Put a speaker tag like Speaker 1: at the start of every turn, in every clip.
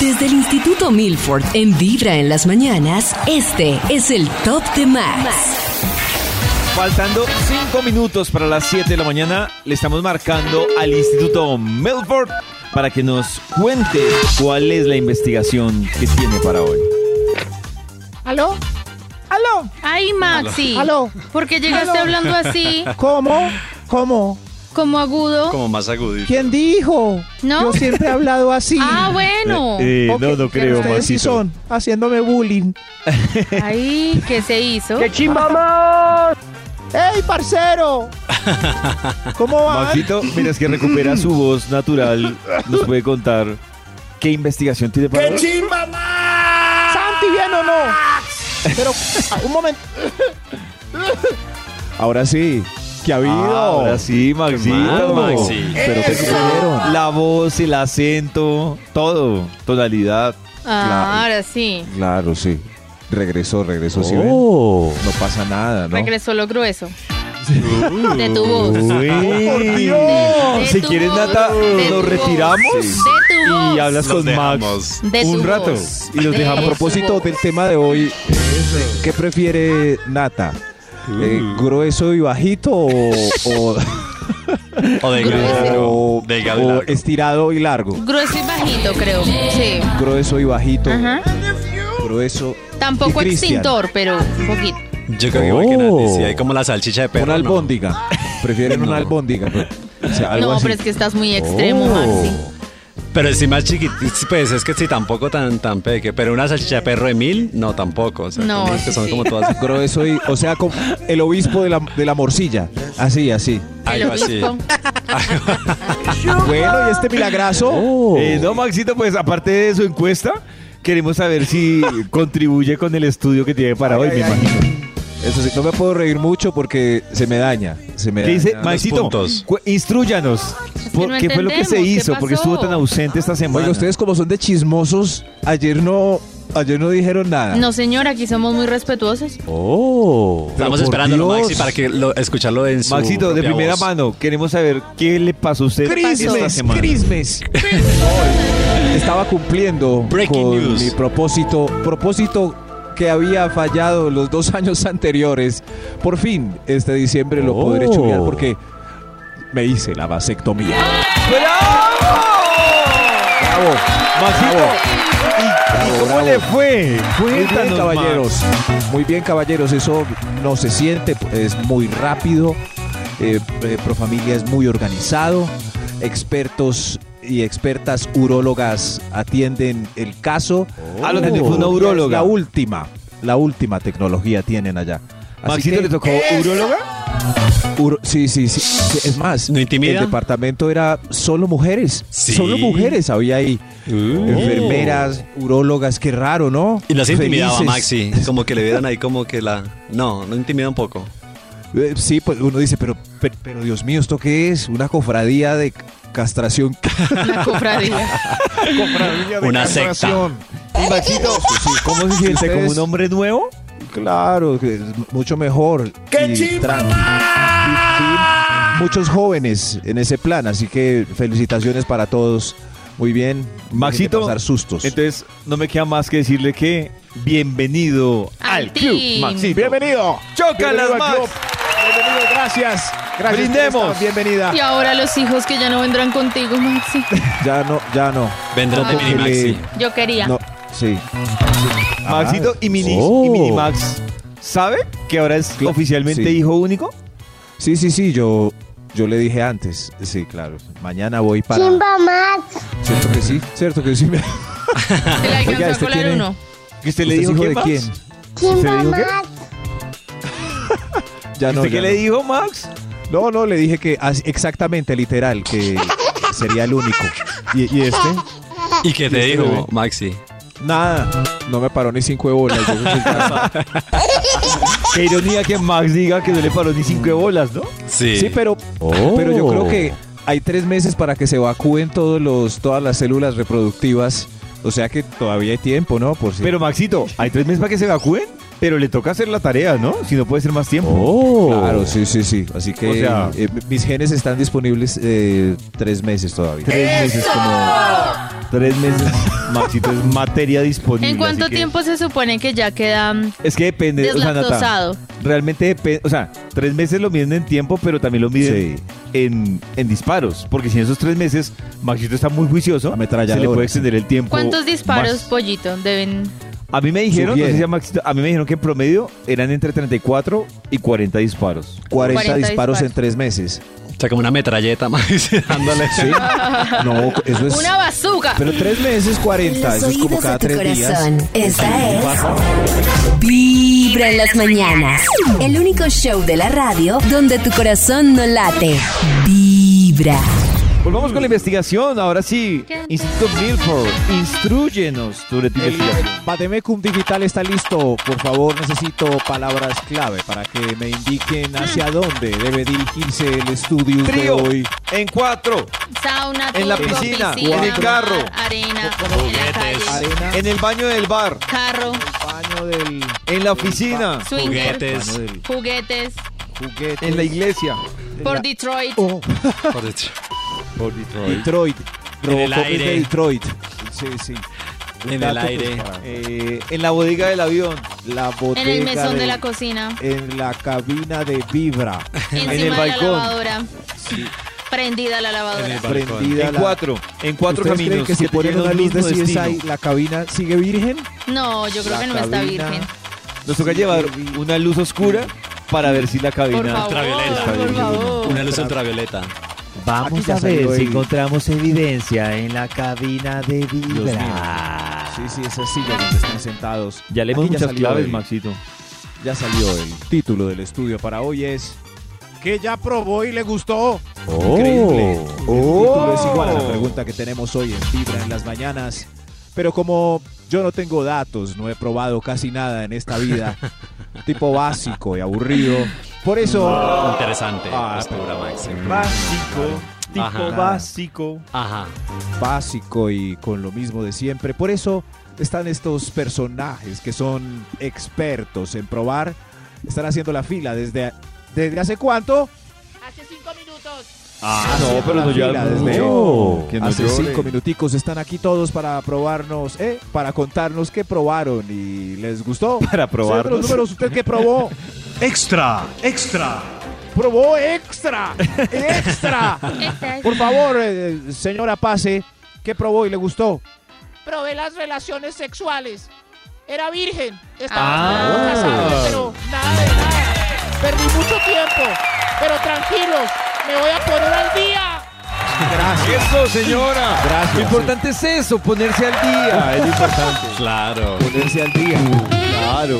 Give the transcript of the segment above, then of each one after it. Speaker 1: Desde el Instituto Milford en Vibra en las mañanas, este es el Top de Max.
Speaker 2: Faltando 5 minutos para las 7 de la mañana, le estamos marcando al Instituto Milford para que nos cuente cuál es la investigación que tiene para hoy.
Speaker 3: ¿Aló? ¿Aló?
Speaker 4: Ay, Maxi.
Speaker 3: ¿Aló?
Speaker 4: ¿Por qué llegaste
Speaker 3: Aló.
Speaker 4: hablando así,
Speaker 3: ¿Cómo? ¿Cómo?
Speaker 4: como agudo?
Speaker 5: Como más agudito.
Speaker 3: ¿Quién dijo?
Speaker 4: ¿No?
Speaker 3: Yo siempre he hablado así.
Speaker 4: Ah, bueno.
Speaker 2: Eh,
Speaker 3: Ok,
Speaker 2: no, no
Speaker 3: que
Speaker 2: creo,
Speaker 3: Ustedes sí
Speaker 2: Maxito.
Speaker 3: son, haciéndome bullying.
Speaker 4: Ay, ¿qué se hizo?
Speaker 3: ¡Ey, parcero! ¿Cómo va?
Speaker 2: Maxito, mientras que recupera su voz natural, nos puede contar qué investigación tiene para
Speaker 6: ¡Qué
Speaker 2: hoy.
Speaker 6: chimamá!
Speaker 3: ¿Santi bien o no? Pero, un momento.
Speaker 2: Ahora sí. ¿Qué ha habido? ahora sí, Maxito.
Speaker 5: mal, Maxi.
Speaker 2: Pero te recuperaron. La voz, el acento, todo. Tonalidad.
Speaker 4: Ah, ahora sí.
Speaker 7: Claro, sí. Regresó, regresó, sí. ven?
Speaker 2: Oh.
Speaker 7: No pasa nada, ¿no?
Speaker 4: Regresó lo grueso. De tu voz.
Speaker 2: Por
Speaker 4: De
Speaker 2: Uh. Dios. Si
Speaker 4: tu
Speaker 2: quieres,
Speaker 4: voz,
Speaker 2: Nata,
Speaker 4: de
Speaker 2: nos
Speaker 4: tu
Speaker 2: retiramos
Speaker 4: voz, de tu voz.
Speaker 2: y hablas
Speaker 5: Los
Speaker 2: con
Speaker 5: dejamos.
Speaker 2: Max
Speaker 4: De tu
Speaker 2: un rato.
Speaker 4: voz.
Speaker 2: Y los
Speaker 4: De
Speaker 2: dejamos.
Speaker 7: A propósito del tema de hoy, ¿qué prefiere Nata? Eh,
Speaker 2: Uh.
Speaker 7: ¿Grueso y bajito o, o-
Speaker 5: O de
Speaker 7: o-
Speaker 5: Gabriel. De
Speaker 7: o
Speaker 5: Gabriel.
Speaker 7: estirado y largo?
Speaker 4: Grueso y bajito, creo. Sí.
Speaker 7: Grueso y bajito.
Speaker 4: Ajá.
Speaker 7: Grueso.
Speaker 4: Tampoco
Speaker 7: y Cristian.
Speaker 4: extintor, pero un poquito.
Speaker 5: Yo creo que igual que Nati, sí, hay como la salchicha de perro.
Speaker 7: Una
Speaker 5: ¿no?
Speaker 7: albóndiga. Prefieren
Speaker 5: No.
Speaker 7: una albóndiga. pues. O sea, algo
Speaker 4: No,
Speaker 7: así.
Speaker 4: pero es que estás muy extremo,
Speaker 5: Oh.
Speaker 2: Oh.
Speaker 4: Maxi.
Speaker 5: Pero sí más chiquito, pues es que sí, tampoco tan, tan peque. Pero una salchicha de perro de mil, no, tampoco. O sea,
Speaker 4: No,
Speaker 5: como que
Speaker 4: sí,
Speaker 5: son
Speaker 4: sí.
Speaker 5: como todas.
Speaker 7: Grueso y, o sea, como el obispo de la, de la morcilla. Así, así.
Speaker 4: El
Speaker 5: Algo así.
Speaker 4: obispo.
Speaker 7: Bueno, y este milagrazo.
Speaker 5: Oh.
Speaker 2: Eh, no, Maxito, pues aparte de su encuesta, queremos saber si contribuye con el estudio que tiene para hoy,
Speaker 7: ay,
Speaker 2: me
Speaker 7: ay.
Speaker 2: imagino.
Speaker 7: Eso sí, no me puedo reír mucho porque se me daña. Se me
Speaker 2: ¿Qué dice,
Speaker 7: daña.
Speaker 2: Maxito?
Speaker 5: puntos.
Speaker 2: cu- Instruyanos. ¿Por
Speaker 4: no
Speaker 2: ¿Qué fue lo que se
Speaker 4: entendemos, ¿qué
Speaker 2: hizo? Porque
Speaker 4: pasó?
Speaker 2: estuvo tan ausente esta semana.
Speaker 7: Oiga, ustedes como son de chismosos, ayer no, ayer no dijeron
Speaker 2: Ah.
Speaker 7: nada.
Speaker 4: No, señor, aquí somos muy respetuosos.
Speaker 7: Oh.
Speaker 5: Estamos esperando Maxi para que lo, escucharlo en su
Speaker 2: Maxito, de
Speaker 5: propia
Speaker 2: primera
Speaker 5: voz.
Speaker 2: mano, queremos saber qué le pasó a usted esta
Speaker 7: Crismes,
Speaker 2: semana.
Speaker 7: Crismes. Estaba cumpliendo
Speaker 5: Breaking
Speaker 7: con
Speaker 5: news.
Speaker 7: mi propósito, propósito que había fallado los dos años anteriores. Por fin, este diciembre lo podré
Speaker 5: Oh.
Speaker 7: chulear porque me hice la vasectomía. ¡Bravo!
Speaker 2: Maxito, ¿y- ¿y
Speaker 7: Bravo,
Speaker 2: cómo
Speaker 7: bravo.
Speaker 2: le fue?
Speaker 7: Muy bien,
Speaker 2: Cuéntanos,
Speaker 7: caballeros. Muy bien, caballeros. Eso no se siente, es muy rápido. Eh, eh, Profamilia es muy organizado. Expertos y expertas urólogas atienden el caso.
Speaker 2: Ah, lo atendió una uróloga.
Speaker 7: La última, la última tecnología tienen allá.
Speaker 2: Max.
Speaker 7: Así
Speaker 2: Maxito
Speaker 7: que-
Speaker 2: le tocó uróloga.
Speaker 7: Uro- sí, sí, sí, sí, Es más,
Speaker 5: ¿No intimida?
Speaker 7: el departamento era solo mujeres.
Speaker 5: Sí. Oh.
Speaker 7: Solo mujeres había ahí. Enfermeras, urólogas, qué raro, ¿no?
Speaker 5: Uh. Y las intimidaba
Speaker 7: Felices.
Speaker 5: Maxi. Como que le vieran ahí como que la. No, no intimida un poco.
Speaker 7: Eh, Sí, pues uno dice, pero, pero, pero, Dios mío, ¿esto qué es? Una cofradía de castración.
Speaker 4: La cofradía.
Speaker 5: Una secta.
Speaker 2: Y Maxito, ¿cómo se siente? ¿Como un hombre nuevo?
Speaker 7: Claro, que es mucho mejor.
Speaker 6: ¡Qué
Speaker 7: Y
Speaker 6: chimba!
Speaker 7: tran- y- y Muchos jóvenes en ese plan, así que felicitaciones para todos. Muy bien.
Speaker 2: Maxito,
Speaker 7: Dejen de pasar sustos.
Speaker 2: Entonces, no me queda más que decirle que bienvenido
Speaker 4: Al
Speaker 2: al club,
Speaker 4: team.
Speaker 2: Maxito.
Speaker 3: Bienvenido.
Speaker 2: Chócalas,
Speaker 3: Bienvenido al
Speaker 2: Max.
Speaker 3: club. Bienvenido, gracias. Gracias.
Speaker 2: Brindemos.
Speaker 3: por esta Bienvenida.
Speaker 4: Y ahora los hijos que ya no vendrán contigo, Maxi.
Speaker 7: Ya no, ya no.
Speaker 5: Vendrán de
Speaker 7: Como
Speaker 5: mini
Speaker 7: que le-
Speaker 5: Maxi.
Speaker 4: Yo quería.
Speaker 7: No, sí.
Speaker 2: Ah, Maxito y Mini,
Speaker 7: Oh.
Speaker 2: y Mini Max. ¿Sabe que ahora es
Speaker 7: Cla-
Speaker 2: oficialmente
Speaker 7: sí.
Speaker 2: hijo único?
Speaker 7: Sí, sí, sí, yo, yo le dije antes. Sí, claro. Mañana voy para.
Speaker 8: Chimba Max.
Speaker 7: ¿Cierto que sí? ¿Cierto que sí?
Speaker 4: Se le
Speaker 7: Oiga,
Speaker 4: alcanzó a
Speaker 7: este
Speaker 4: colar
Speaker 7: tiene-
Speaker 4: uno.
Speaker 2: ¿Que usted le
Speaker 7: ¿Usted es
Speaker 2: dijo
Speaker 7: hijo
Speaker 2: qué,
Speaker 7: de
Speaker 2: Max?
Speaker 7: quién?
Speaker 8: Chimba
Speaker 7: dijo qué?
Speaker 8: Max.
Speaker 7: Ya Ah, no,
Speaker 2: ¿Usted qué
Speaker 7: ya
Speaker 2: le
Speaker 7: no.
Speaker 2: dijo, Max?
Speaker 7: No, no, le dije que as- exactamente, literal, que sería el único.
Speaker 2: ¿Y, y este?
Speaker 5: ¿Y qué te dijo Maxi?
Speaker 7: Nada. No me paró ni cinco de bolas. yo creo que ya-
Speaker 2: Qué ironía que Max diga que no le paró ni cinco de bolas, ¿no?
Speaker 5: Sí.
Speaker 7: sí, pero, pero yo creo que hay tres meses para que se evacúen todos los, todas las células reproductivas. O sea que todavía hay tiempo, ¿no? Por si
Speaker 2: Pero Maxito, hay tres meses para que se evacúen, pero le toca hacer la tarea, ¿no? Si no puede ser más tiempo.
Speaker 7: Oh. Claro, sí, sí, sí. Así que
Speaker 2: O sea-
Speaker 7: eh, mis genes están disponibles eh, tres meses todavía.
Speaker 2: Tres meses como... Tres meses, Maxito, es materia disponible.
Speaker 4: ¿En cuánto
Speaker 2: así que-
Speaker 4: tiempo se supone que ya queda mm,
Speaker 2: Es que depende, o sea, Nata,
Speaker 4: deslactosado?
Speaker 2: realmente depende, o sea, tres meses lo miden en tiempo, pero también lo miden
Speaker 7: Sí.
Speaker 2: en, en disparos, porque si en esos tres meses Maxito está muy juicioso, se le
Speaker 7: Ametralladora.
Speaker 2: puede extender el tiempo.
Speaker 4: ¿Cuántos disparos,
Speaker 2: Oh, más.
Speaker 4: pollito, deben...?
Speaker 2: A mí me dijeron, no sé
Speaker 7: Sugiere.
Speaker 2: si a, Maxito- a mí me dijeron que en promedio eran entre 34 y 40 disparos.
Speaker 7: 40,
Speaker 4: 40
Speaker 7: disparos
Speaker 4: disparos.
Speaker 7: en tres meses.
Speaker 5: O sea, como una metralleta más dándole.
Speaker 7: Sí. No, eso
Speaker 2: Pues,
Speaker 7: es.
Speaker 4: ¡Una bazooka!
Speaker 7: Pero tres meses, 40.
Speaker 1: Los
Speaker 7: Eso es como
Speaker 1: oídos de
Speaker 7: cada
Speaker 1: tu
Speaker 7: tres
Speaker 1: corazón.
Speaker 7: días.
Speaker 1: Esta es Vibra en las mañanas. El único show de la radio donde tu corazón no late. Vibra.
Speaker 2: Volvamos con la investigación, ahora sí. Instituto Milford, instruyenos sobre tu
Speaker 7: El
Speaker 2: investigación.
Speaker 7: Bademecum Digital está listo. Por favor, necesito palabras clave para que me
Speaker 4: Mm.
Speaker 7: indiquen hacia dónde debe dirigirse el estudio de
Speaker 2: Trío,
Speaker 7: hoy.
Speaker 2: en cuatro,
Speaker 4: Sauna,
Speaker 2: En la
Speaker 4: turco,
Speaker 2: piscina,
Speaker 7: en el
Speaker 4: mar,
Speaker 2: carro.
Speaker 4: arena, en la calle,
Speaker 7: Arena,
Speaker 2: en el baño del bar,
Speaker 4: carro,
Speaker 7: baño del
Speaker 2: en la oficina,
Speaker 4: swing,
Speaker 5: Juguetes.
Speaker 4: juguetes,
Speaker 7: juguete.
Speaker 2: en la iglesia.
Speaker 4: por Detroit,
Speaker 7: Oh,
Speaker 5: por dicho.
Speaker 7: Detroit.
Speaker 5: En el
Speaker 7: Robocop es
Speaker 5: aire.
Speaker 7: de Detroit. Sí, sí.
Speaker 5: En el
Speaker 7: Dato, pues,
Speaker 5: aire.
Speaker 7: para-
Speaker 2: Eh, en la bodega del avión,
Speaker 7: La botella
Speaker 4: en el mesón de la cocina,
Speaker 7: en la cabina de vibra
Speaker 4: encima
Speaker 2: el
Speaker 4: de la
Speaker 2: balcón.
Speaker 4: lavadora, prendida la lavadora.
Speaker 7: prendida
Speaker 2: en
Speaker 7: la-
Speaker 2: cuatro, en cuatro
Speaker 7: ¿Ustedes creen
Speaker 2: caminos.
Speaker 7: que si
Speaker 2: te llevan
Speaker 7: ponen
Speaker 2: a
Speaker 7: una
Speaker 2: un
Speaker 7: luz de
Speaker 2: mismo
Speaker 7: CSI
Speaker 2: destino.
Speaker 7: la cabina sigue virgen
Speaker 4: No, yo creo
Speaker 7: La
Speaker 4: que no está
Speaker 7: cabina.
Speaker 4: virgen.
Speaker 2: Nos toca llevar una luz oscura para ver si la
Speaker 4: Por
Speaker 2: cabina.
Speaker 4: favor,
Speaker 5: ultravioleta.
Speaker 4: por favor.
Speaker 5: Una luz ultravioleta.
Speaker 7: Aquí ya salió el-
Speaker 2: encontramos evidencia en la cabina de
Speaker 7: Dios mío. sí sí esas sillas donde están sentados
Speaker 2: Ya leemos
Speaker 7: Aquí
Speaker 2: muchas
Speaker 7: salió
Speaker 2: claves,
Speaker 7: el-
Speaker 2: Maxito.
Speaker 7: ya salió el título del estudio para hoy es
Speaker 3: Que ya probó y le gustó.
Speaker 7: Increíble. El título es igual a
Speaker 2: Oh.
Speaker 7: la pregunta que tenemos hoy en Vibra en las mañanas. Pero como yo no tengo datos, no he probado casi nada en esta vida, tipo básico y aburrido. Por eso.
Speaker 5: Interesante.
Speaker 7: Ah,
Speaker 5: postura, Maxi.
Speaker 2: Básico, tipo
Speaker 5: Ajá.
Speaker 2: básico.
Speaker 5: Ajá.
Speaker 7: básico y con lo mismo de siempre. Por eso están estos personajes que son expertos en probar. Están haciendo la fila desde, desde hace cuánto?
Speaker 2: Ah,
Speaker 7: Haciendo
Speaker 2: no, pero
Speaker 7: la
Speaker 2: no
Speaker 7: fila
Speaker 2: llevan
Speaker 7: desde
Speaker 2: mucho. Que no
Speaker 7: hace
Speaker 2: llore.
Speaker 7: cinco minuticos. Están aquí todos para probarnos, eh, para contarnos qué probaron y les gustó.
Speaker 2: Para
Speaker 7: Señor de los
Speaker 2: probarlos.
Speaker 7: números, ¿usted qué probó?
Speaker 6: Extra, extra.
Speaker 7: probó extra, extra.
Speaker 4: Esta es-
Speaker 7: Por favor, eh, señora Pase, ¿qué probó y le gustó?
Speaker 9: probé las relaciones sexuales. Era virgen.
Speaker 4: Ah.
Speaker 9: Estaba casado, pero nada de nada. Perdí mucho tiempo. Pero tranquilos, me voy a poner al día.
Speaker 7: Gracias.
Speaker 2: Eso, señora.
Speaker 7: Gracias.
Speaker 2: Lo importante es eso, ponerse al día. Es lo importante.
Speaker 5: Claro.
Speaker 7: Ponerse al día. Ah,
Speaker 2: Claro.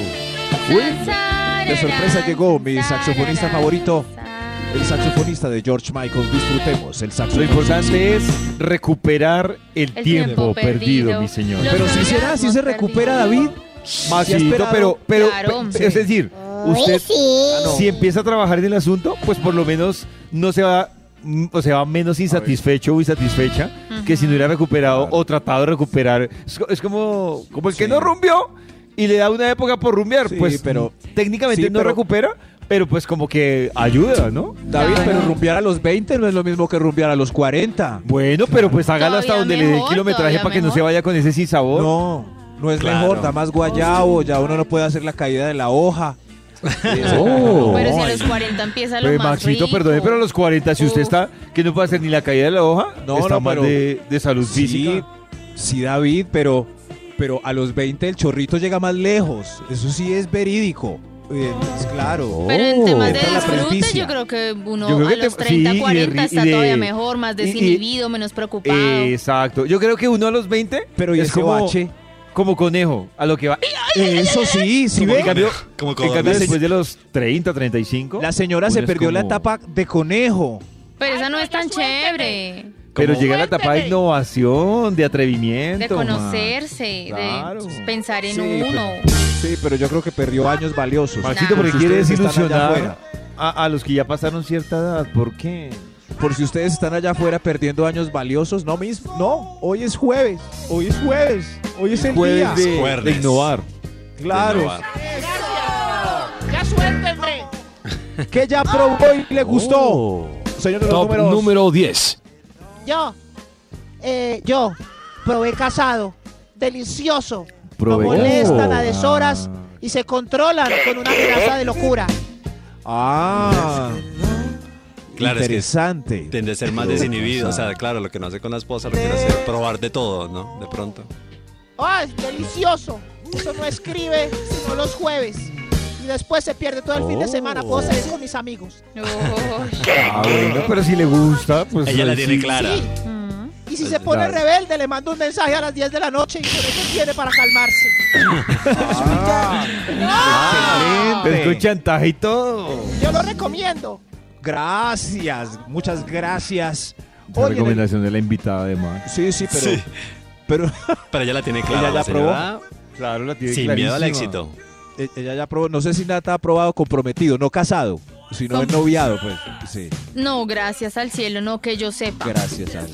Speaker 7: de sorpresa llegó mi saxofonista favorito, el saxofonista de George Michael. Disfrutemos el
Speaker 2: Lo
Speaker 7: saxofonista.
Speaker 2: importante es recuperar el,
Speaker 4: El
Speaker 2: tiempo,
Speaker 4: tiempo
Speaker 2: perdido,
Speaker 4: perdido.
Speaker 2: mi señor.
Speaker 4: Los
Speaker 7: Pero si será, si se recupera David.
Speaker 2: Maxito,
Speaker 7: Sí, esperado.
Speaker 2: pero, pero,
Speaker 4: Claro.
Speaker 2: pe- es decir, usted, si empieza a trabajar en el asunto, pues por lo menos no se va, mm, o se va menos insatisfecho o insatisfecha que si no hubiera recuperado o tratado de recuperar. Es, co- es como, como el que
Speaker 7: Sí.
Speaker 2: no rumbió y le da una época por rumbear,
Speaker 7: Sí,
Speaker 2: pues
Speaker 7: pero-
Speaker 2: mm, técnicamente
Speaker 7: sí,
Speaker 2: no
Speaker 7: pero-
Speaker 2: recupera, pero pues como que ayuda, ¿no?
Speaker 7: David, pero rumbear a los 20 no es lo mismo que rumbear a los 40.
Speaker 2: Bueno, pero pues hágalo hasta
Speaker 4: Todavía
Speaker 2: donde le dé el
Speaker 4: mejor,
Speaker 2: kilometraje
Speaker 4: todavía
Speaker 2: para que no
Speaker 4: mejor.
Speaker 2: se vaya con ese sin sabor.
Speaker 7: No, no es
Speaker 5: Claro.
Speaker 7: mejor, da más guayabo, ya uno no puede hacer la caída de la hoja.
Speaker 4: Pero si a los 40 empieza lo
Speaker 2: Pues,
Speaker 4: más
Speaker 2: Maxito,
Speaker 4: rico.
Speaker 2: perdone, pero a los 40, si usted
Speaker 4: Uf.
Speaker 2: está, que no puede hacer ni la caída de la hoja,
Speaker 7: No,
Speaker 2: está
Speaker 7: no,
Speaker 2: mal
Speaker 7: pero-
Speaker 2: de, de salud física.
Speaker 7: sí, David, pero, pero a los 20 el chorrito llega más lejos. Eso sí es verídico. Eh, es claro.
Speaker 4: Pero en
Speaker 2: Oh,
Speaker 4: temas de
Speaker 7: Entra la
Speaker 4: disfrute,
Speaker 7: presbicia.
Speaker 4: yo creo que uno
Speaker 2: Yo creo que
Speaker 4: a los
Speaker 2: te-
Speaker 4: 30,
Speaker 2: sí, y de
Speaker 4: 40
Speaker 2: ri-
Speaker 4: está
Speaker 2: y de-
Speaker 4: todavía mejor, más
Speaker 2: y- Eh, y-
Speaker 4: desinhibido, menos preocupado.
Speaker 2: Exacto. Yo creo que uno a los 20
Speaker 7: Pero y
Speaker 2: es
Speaker 7: ese
Speaker 2: como,
Speaker 7: bache.
Speaker 2: como conejo, a lo que va.
Speaker 7: Eso sí, sí.
Speaker 2: En
Speaker 7: ve. pues,
Speaker 2: cambio,
Speaker 5: Como
Speaker 2: en cambio,
Speaker 5: codorniz.
Speaker 2: después de los 30, 35.
Speaker 7: La señora
Speaker 2: uno
Speaker 7: se
Speaker 2: es
Speaker 7: perdió la
Speaker 2: como-
Speaker 7: etapa de conejo.
Speaker 4: Pero esa no es tan chévere.
Speaker 2: Pero llega la etapa de
Speaker 4: Cuénteme.
Speaker 2: innovación, de atrevimiento.
Speaker 4: de
Speaker 2: man.
Speaker 4: conocerse,
Speaker 2: Claro.
Speaker 4: de pensar en
Speaker 7: Sí,
Speaker 4: uno.
Speaker 7: Sí, pero yo creo que perdió años valiosos.
Speaker 2: Maxito,
Speaker 4: Nah.
Speaker 2: porque
Speaker 7: Si
Speaker 2: quiere
Speaker 7: Pues ustedes están allá
Speaker 2: desilusionar
Speaker 7: afuera.
Speaker 2: a, a los que ya pasaron cierta edad. ¿Por qué?
Speaker 7: Por si ustedes están allá afuera perdiendo años valiosos, no mismo. No, hoy es jueves. Hoy es jueves. Hoy es el día.
Speaker 2: Jueves de, de
Speaker 5: Jueves.
Speaker 2: innovar.
Speaker 7: claro.
Speaker 9: Gracias. Ya suéltenme.
Speaker 7: Que ya probó y le gustó.
Speaker 2: Oh.
Speaker 7: Señor de los
Speaker 8: Top
Speaker 7: números.
Speaker 8: número 10.
Speaker 9: Yo, eh, yo, probé casado. Delicioso.
Speaker 2: Probé
Speaker 9: no molestan
Speaker 2: casado.
Speaker 9: a deshoras y se controlan con una amenaza de locura.
Speaker 7: Ah,
Speaker 5: Claro, es que
Speaker 7: interesante.
Speaker 5: tiende a ser más desinhibido. O sea, claro, lo que no hace con la esposa lo quiere hacer probar de todo, ¿no? De pronto.
Speaker 9: ¡Ay, delicioso! Eso no escribe sino los jueves. Y después se pierde todo el fin de semana. Puedo salir con mis amigos.
Speaker 2: pues.
Speaker 4: Uy.
Speaker 2: Ah, bueno, pero si le gusta, pues.
Speaker 5: Ella la
Speaker 2: ahí
Speaker 5: tiene
Speaker 2: sí.
Speaker 5: clara.
Speaker 9: Sí. Y si se pone rebelde, le mando un mensaje a las 10 de la noche y con eso tiene para calmarse.
Speaker 7: Ah.
Speaker 2: Pero con chantaje y todo.
Speaker 9: Yo lo recomiendo.
Speaker 7: Gracias, muchas gracias.
Speaker 2: La
Speaker 7: Oye, Nelly-
Speaker 2: recomendación de la invitada, además.
Speaker 7: sí, sí, pero,
Speaker 5: Sí.
Speaker 7: pero
Speaker 5: Pero ella la tiene clara.
Speaker 7: Ella ya
Speaker 5: la señora,
Speaker 2: Claro, la tiene
Speaker 5: Sin miedo al éxito.
Speaker 7: eh, ella ya probó, no sé si Nata ha probado comprometido, no casado, sino
Speaker 4: Com-
Speaker 7: en noviado, pues. Sí,
Speaker 4: No, gracias al cielo, no que yo sepa.
Speaker 7: gracias. Ale.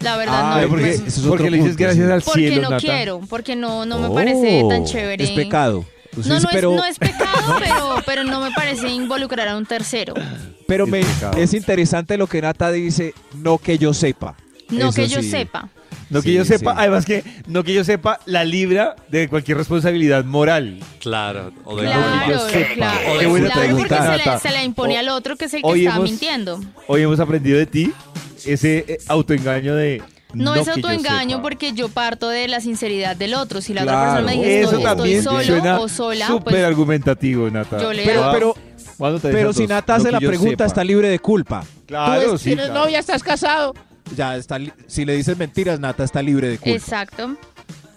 Speaker 4: La verdad no.
Speaker 2: Ah, porque,
Speaker 4: pues,
Speaker 7: Eso es
Speaker 2: porque
Speaker 7: otro
Speaker 2: le dices
Speaker 7: punto,
Speaker 2: gracias
Speaker 7: sí.
Speaker 2: al
Speaker 4: porque
Speaker 2: cielo,
Speaker 4: no
Speaker 2: Nata.
Speaker 4: quiero, porque no, no me
Speaker 2: Oh,
Speaker 4: parece tan chévere.
Speaker 7: Es pecado. Sí,
Speaker 4: No, no,
Speaker 7: pero,
Speaker 4: es, no es pecado, pero, pero no me parece involucrar a un tercero.
Speaker 7: pero me-
Speaker 2: Es pecado.
Speaker 7: es interesante lo que Nata dice, no que yo sepa.
Speaker 4: No
Speaker 7: Eso
Speaker 4: que yo
Speaker 7: sí.
Speaker 4: sepa.
Speaker 2: No que
Speaker 7: Sí,
Speaker 2: yo sepa,
Speaker 7: sí.
Speaker 2: además que no que yo sepa, la libra de cualquier responsabilidad moral.
Speaker 5: Claro. O de
Speaker 4: Claro,
Speaker 2: yo sepa.
Speaker 4: claro.
Speaker 2: Qué buena
Speaker 4: claro,
Speaker 2: pregunta,
Speaker 4: porque se
Speaker 2: Nata.
Speaker 4: la, se la impone al otro que es el que
Speaker 2: hoy
Speaker 4: está
Speaker 2: hemos-
Speaker 4: mintiendo.
Speaker 2: Hoy hemos aprendido de ti ese eh, autoengaño de.
Speaker 4: No, es
Speaker 2: que yo
Speaker 4: autoengaño
Speaker 2: sepa".
Speaker 4: porque yo parto de la sinceridad del otro. Si la
Speaker 7: Claro.
Speaker 4: otra persona me dice
Speaker 2: Eso
Speaker 4: estoy, estoy
Speaker 2: también
Speaker 4: solo
Speaker 2: suena
Speaker 4: o sola,
Speaker 2: súper
Speaker 4: pues
Speaker 2: argumentativo, Nata.
Speaker 4: yo le
Speaker 7: Pero,
Speaker 4: hago.
Speaker 7: pero,
Speaker 2: ¿Cuándo te
Speaker 7: pero
Speaker 2: dicen
Speaker 7: si
Speaker 2: a todos?
Speaker 7: Nata hace
Speaker 2: No
Speaker 7: la
Speaker 2: que yo
Speaker 7: pregunta,
Speaker 2: sepa.
Speaker 7: está libre de culpa.
Speaker 9: Tú
Speaker 2: Claro,
Speaker 9: es-
Speaker 2: sí.
Speaker 9: tienes
Speaker 2: claro.
Speaker 9: novia, estás casado.
Speaker 7: Ya está, li- si le dices mentiras, Nata está libre de culpa.
Speaker 4: Exacto.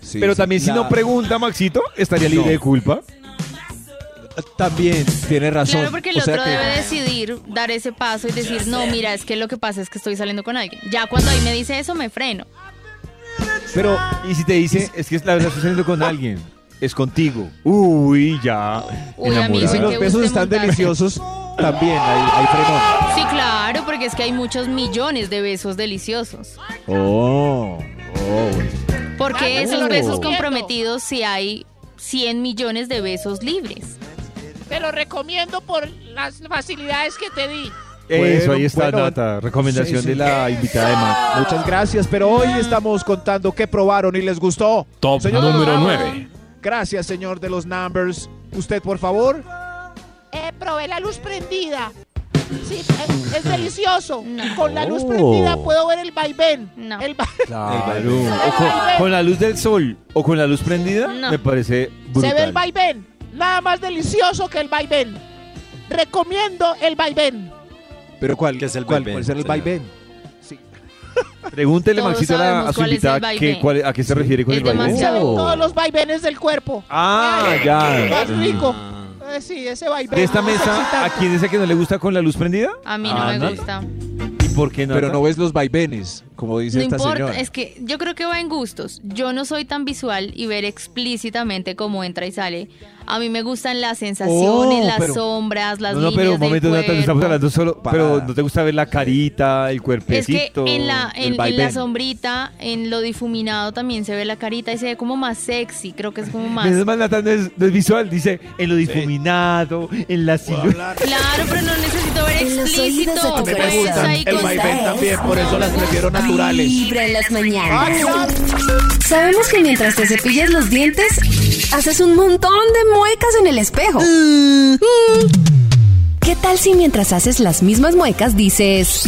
Speaker 7: Sí,
Speaker 2: Pero
Speaker 7: sí.
Speaker 2: también si
Speaker 7: La-
Speaker 2: no pregunta, Maxito, estaría libre
Speaker 7: No.
Speaker 2: de culpa.
Speaker 7: También tiene razón.
Speaker 4: Claro, porque el
Speaker 7: O sea
Speaker 4: otro
Speaker 7: que-
Speaker 4: debe decidir dar ese paso y decir, no, mira, es que lo que pasa es que estoy saliendo con alguien. Ya cuando ahí me dice eso, me freno.
Speaker 2: Pero, y si te dice, es que la verdad estoy saliendo con alguien, es contigo. Uy, ya.
Speaker 4: Uy, a mí
Speaker 7: Y
Speaker 2: enamorada.
Speaker 4: sí
Speaker 7: si
Speaker 4: que
Speaker 7: los besos
Speaker 4: guste
Speaker 7: están
Speaker 4: montarse.
Speaker 7: deliciosos, también hay, hay frenón.
Speaker 4: Sí, claro, porque es que hay muchos millones de besos deliciosos.
Speaker 7: Oh, oh.
Speaker 4: Porque
Speaker 9: Ah,
Speaker 4: esos
Speaker 9: no.
Speaker 4: besos comprometidos si hay 100 millones de besos libres.
Speaker 9: Te lo recomiendo por las facilidades que te di.
Speaker 2: Eso,
Speaker 7: Bueno,
Speaker 2: Pues ahí está,
Speaker 7: bueno,
Speaker 2: Nata. Recomendación
Speaker 7: sí, sí.
Speaker 2: de la invitada de
Speaker 4: Ah.
Speaker 2: Max.
Speaker 7: Muchas gracias, pero hoy estamos contando qué probaron y les gustó.
Speaker 8: Top
Speaker 7: Señor,
Speaker 8: número
Speaker 7: por favor.
Speaker 8: 9.
Speaker 7: Gracias, señor de los numbers. Usted, por favor.
Speaker 9: Eh, probé la luz prendida. Sí, es, es delicioso. Con la luz prendida
Speaker 2: Oh.
Speaker 9: puedo ver el vaivén.
Speaker 4: No.
Speaker 9: El va-
Speaker 7: Ah,
Speaker 2: Claro. O con, con la luz del sol o con la luz prendida,
Speaker 4: No.
Speaker 2: me parece brutal.
Speaker 9: se ve el vaivén. Nada más delicioso que el vaivén. Recomiendo el vaivén.
Speaker 7: Pero cuál,
Speaker 5: ¿Qué es el
Speaker 7: cuál,
Speaker 5: vaivén,
Speaker 7: cuál será el
Speaker 5: señor?
Speaker 7: vaivén?
Speaker 2: Pregúntele,
Speaker 4: Todos
Speaker 2: Maxito, a, la-
Speaker 4: sabemos
Speaker 2: a su
Speaker 4: cuál es el
Speaker 2: invitada
Speaker 4: vaivén.
Speaker 2: que- cuál- a qué se refiere con
Speaker 4: Es
Speaker 2: el baile.
Speaker 4: demasiado.
Speaker 9: Saben
Speaker 4: Oh.
Speaker 9: todos los vaivenes del cuerpo.
Speaker 2: Ah, ya.
Speaker 9: Más rico.
Speaker 5: Ah.
Speaker 9: Eh, sí, ese vaivén.
Speaker 2: De esta
Speaker 9: es
Speaker 2: mesa, ¿a
Speaker 9: excitante.
Speaker 2: quién es el que no le gusta con la luz prendida?
Speaker 4: A mí no
Speaker 2: Ah,
Speaker 4: me
Speaker 2: no.
Speaker 4: gusta.
Speaker 2: ¿Y por qué no?
Speaker 7: Pero no ves los vaivenes, como dice
Speaker 4: No
Speaker 7: esta
Speaker 4: importa,
Speaker 7: señora.
Speaker 4: es que yo creo que va en gustos. Yo no soy tan visual y ver explícitamente cómo entra y sale. A mí me gustan las sensaciones,
Speaker 7: Oh,
Speaker 4: las
Speaker 7: pero-
Speaker 4: sombras, las
Speaker 2: No, no,
Speaker 4: líneas
Speaker 2: pero un
Speaker 4: del
Speaker 2: momento, Nata, no estamos
Speaker 4: cuerpo.
Speaker 2: hablando solo. Pero
Speaker 7: Parada.
Speaker 2: no te gusta ver la carita, el
Speaker 4: Es que
Speaker 2: cuerpecito.
Speaker 4: en la,
Speaker 7: el
Speaker 4: en- en la
Speaker 7: vaivén.
Speaker 4: sombrita, en lo difuminado también se ve la carita y se ve como más sexy. Creo que es como más.
Speaker 2: Menos mal, Nata no es, no es visual, dice en lo difuminado, en la silueta.
Speaker 4: Claro, pero no necesito ver
Speaker 1: En los oídos de
Speaker 4: explícito.
Speaker 1: tu
Speaker 4: Pues
Speaker 1: corazón.
Speaker 4: ahí
Speaker 1: El
Speaker 4: con-
Speaker 1: vaivén también, por eso las
Speaker 7: prefiero
Speaker 1: Vibra en las mañanas. Sabemos que mientras te cepillas los dientes, haces un montón de muecas en el espejo. Mm. ¿Qué tal si mientras haces las mismas muecas dices...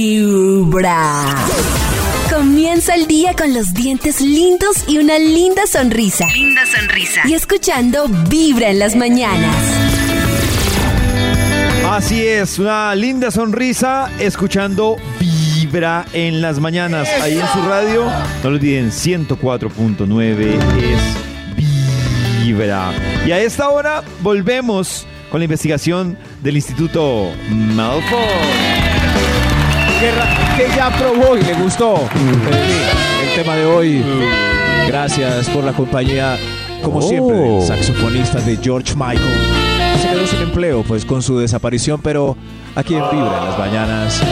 Speaker 1: Vibra? Comienza el día con los dientes lindos y una linda sonrisa. Linda sonrisa. Y escuchando Vibra en las mañanas.
Speaker 2: Así es, una linda sonrisa escuchando Vibra en las mañanas. Ahí en su radio, no lo olviden, 104.9 es Vibra. Y a esta hora volvemos con la investigación del Instituto Malfoy.
Speaker 7: Que, ra- que ya probó y le gustó. En fin, El tema de hoy. Gracias por la compañía, como
Speaker 2: Oh.
Speaker 7: siempre, del saxofonista de George Michael. Se quedó sin empleo, pues, con su desaparición, pero aquí en Vibra, en las mañanas,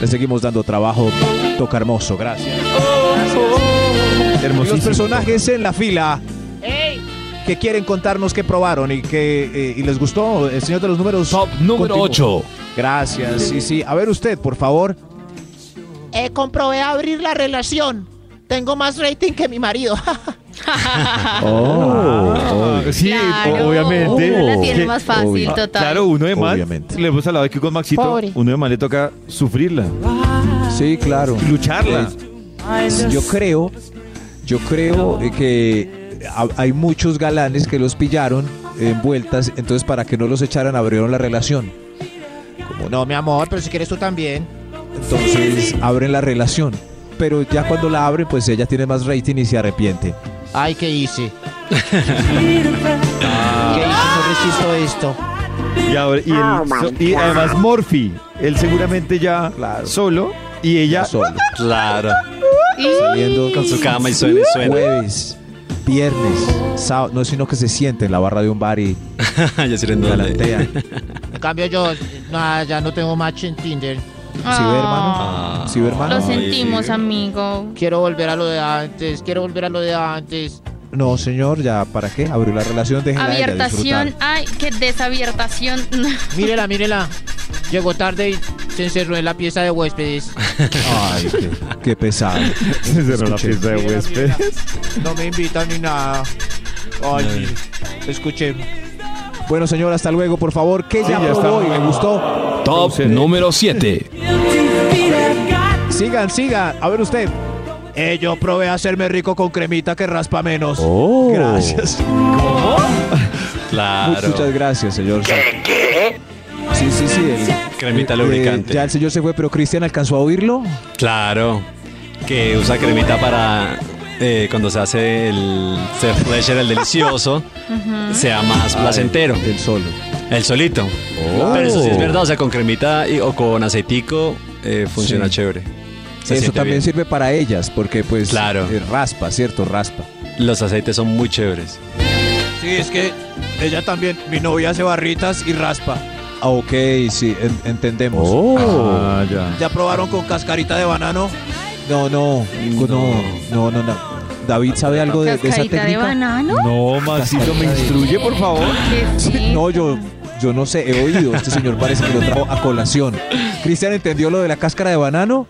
Speaker 7: le seguimos dando trabajo. Toca hermoso, gracias. Y
Speaker 2: Hermosísimo.
Speaker 7: los personajes en la fila
Speaker 9: ¡Ey!
Speaker 7: que quieren contarnos qué probaron y que eh, y les gustó, el señor de los números. Top
Speaker 5: Número 8.
Speaker 7: Gracias, sí, sí. A ver usted, por favor.
Speaker 9: Eh, comprobé abrir la relación. Tengo más rating que mi marido.
Speaker 2: Ah, sí,
Speaker 4: Claro,
Speaker 2: obviamente. Oh,
Speaker 4: uno la tiene
Speaker 2: Que-
Speaker 4: más fácil,
Speaker 2: Ah,
Speaker 4: total.
Speaker 2: Claro, uno de más.
Speaker 7: Obviamente.
Speaker 2: Le hemos hablado aquí con Maxito.
Speaker 9: Pobre.
Speaker 2: Uno de más le toca sufrirla,
Speaker 7: Sí, claro.
Speaker 2: lucharla.
Speaker 7: Yo creo, yo creo eh, que ha- hay muchos galanes que los pillaron envueltas, entonces para que no los echaran abrieron la relación. Como no, mi amor,
Speaker 9: pero si quieres tú también.
Speaker 7: entonces abren la relación. Pero ya cuando la abren, pues ella tiene más rating y se arrepiente.
Speaker 9: Ay, ¿qué hice? ¿Qué hice? No resisto esto.
Speaker 2: Y, ahora- y, el- so- y además Morphy, él seguramente ya
Speaker 7: Claro.
Speaker 2: solo y ella
Speaker 7: Solo,
Speaker 5: Claro.
Speaker 7: saliendo
Speaker 5: Con su cama y suena y suena.
Speaker 7: jueves, viernes, sábado, no sino que se siente en la barra de un bar y
Speaker 5: Ah, ya se en dónde.
Speaker 7: galantea.
Speaker 9: En cambio yo, nada, ya no tengo match en Tinder.
Speaker 7: ¿Sí ve, hermano?
Speaker 5: Ah.
Speaker 7: ¿Sí ve, hermano?
Speaker 4: Lo
Speaker 5: Ay,
Speaker 4: sentimos,
Speaker 5: sí.
Speaker 4: amigo.
Speaker 9: Quiero volver a lo de antes, quiero volver a lo de antes.
Speaker 7: No, señor, ya, ¿para qué? Abrió la relación, déjela a ella disfrutar.
Speaker 4: Abiertación, ay, qué desabiertación.
Speaker 9: Mírela, mírela. Llegó tarde y se encerró en la pieza de huéspedes.
Speaker 7: Ay, qué, qué pesado.
Speaker 2: se cerró la
Speaker 7: Escuché.
Speaker 2: fiesta de huéspedes.
Speaker 9: No me invitan ni nada. Ay, escuché.
Speaker 7: Bueno, señor, hasta luego, por favor. Que ya,
Speaker 2: ya está.
Speaker 7: probó y me gustó.
Speaker 8: Top número 7.
Speaker 7: Sigan, sigan. A ver usted. Eh, yo probé a hacerme rico con cremita que raspa menos. Gracias. Mu-
Speaker 5: Oh. Claro.
Speaker 7: Muchas gracias, señor. ¿Qué? Sí, sí, sí. el-
Speaker 5: Cremita
Speaker 7: eh,
Speaker 5: lubricante.
Speaker 7: ya el señor se fue, pero Cristian alcanzó a oírlo.
Speaker 5: Claro. Que usa cremita para eh, cuando se hace el se flecher el delicioso, sea más placentero.
Speaker 7: El Oh. solo.
Speaker 5: El solito. Pero eso sí es verdad, o sea, con cremita y- o con aceitico eh, funciona
Speaker 7: Sí.
Speaker 5: chévere. Se
Speaker 7: Eso
Speaker 5: siente
Speaker 7: también
Speaker 5: bien.
Speaker 7: sirve para ellas, porque pues
Speaker 5: Claro.
Speaker 7: eh, raspa, ¿cierto? Raspa.
Speaker 5: Los aceites son muy chéveres.
Speaker 7: Sí, es que ella también, mi novia hace barritas y raspa. Ah, Ok, sí, en- entendemos.
Speaker 5: Oh.
Speaker 2: Ah, ya.
Speaker 7: ¿Ya probaron con cascarita de banano? No, no, no, no, no. no. David sabe algo de, de esa
Speaker 4: Cascarita de
Speaker 7: técnica.
Speaker 4: banano.
Speaker 2: No, Maxito, me instruye, por favor.
Speaker 4: Qué
Speaker 7: Sí,
Speaker 4: rico.
Speaker 7: No, yo, yo no sé, he oído. Este señor parece que lo trajo a colación. Cristian entendió lo de la cáscara de banano.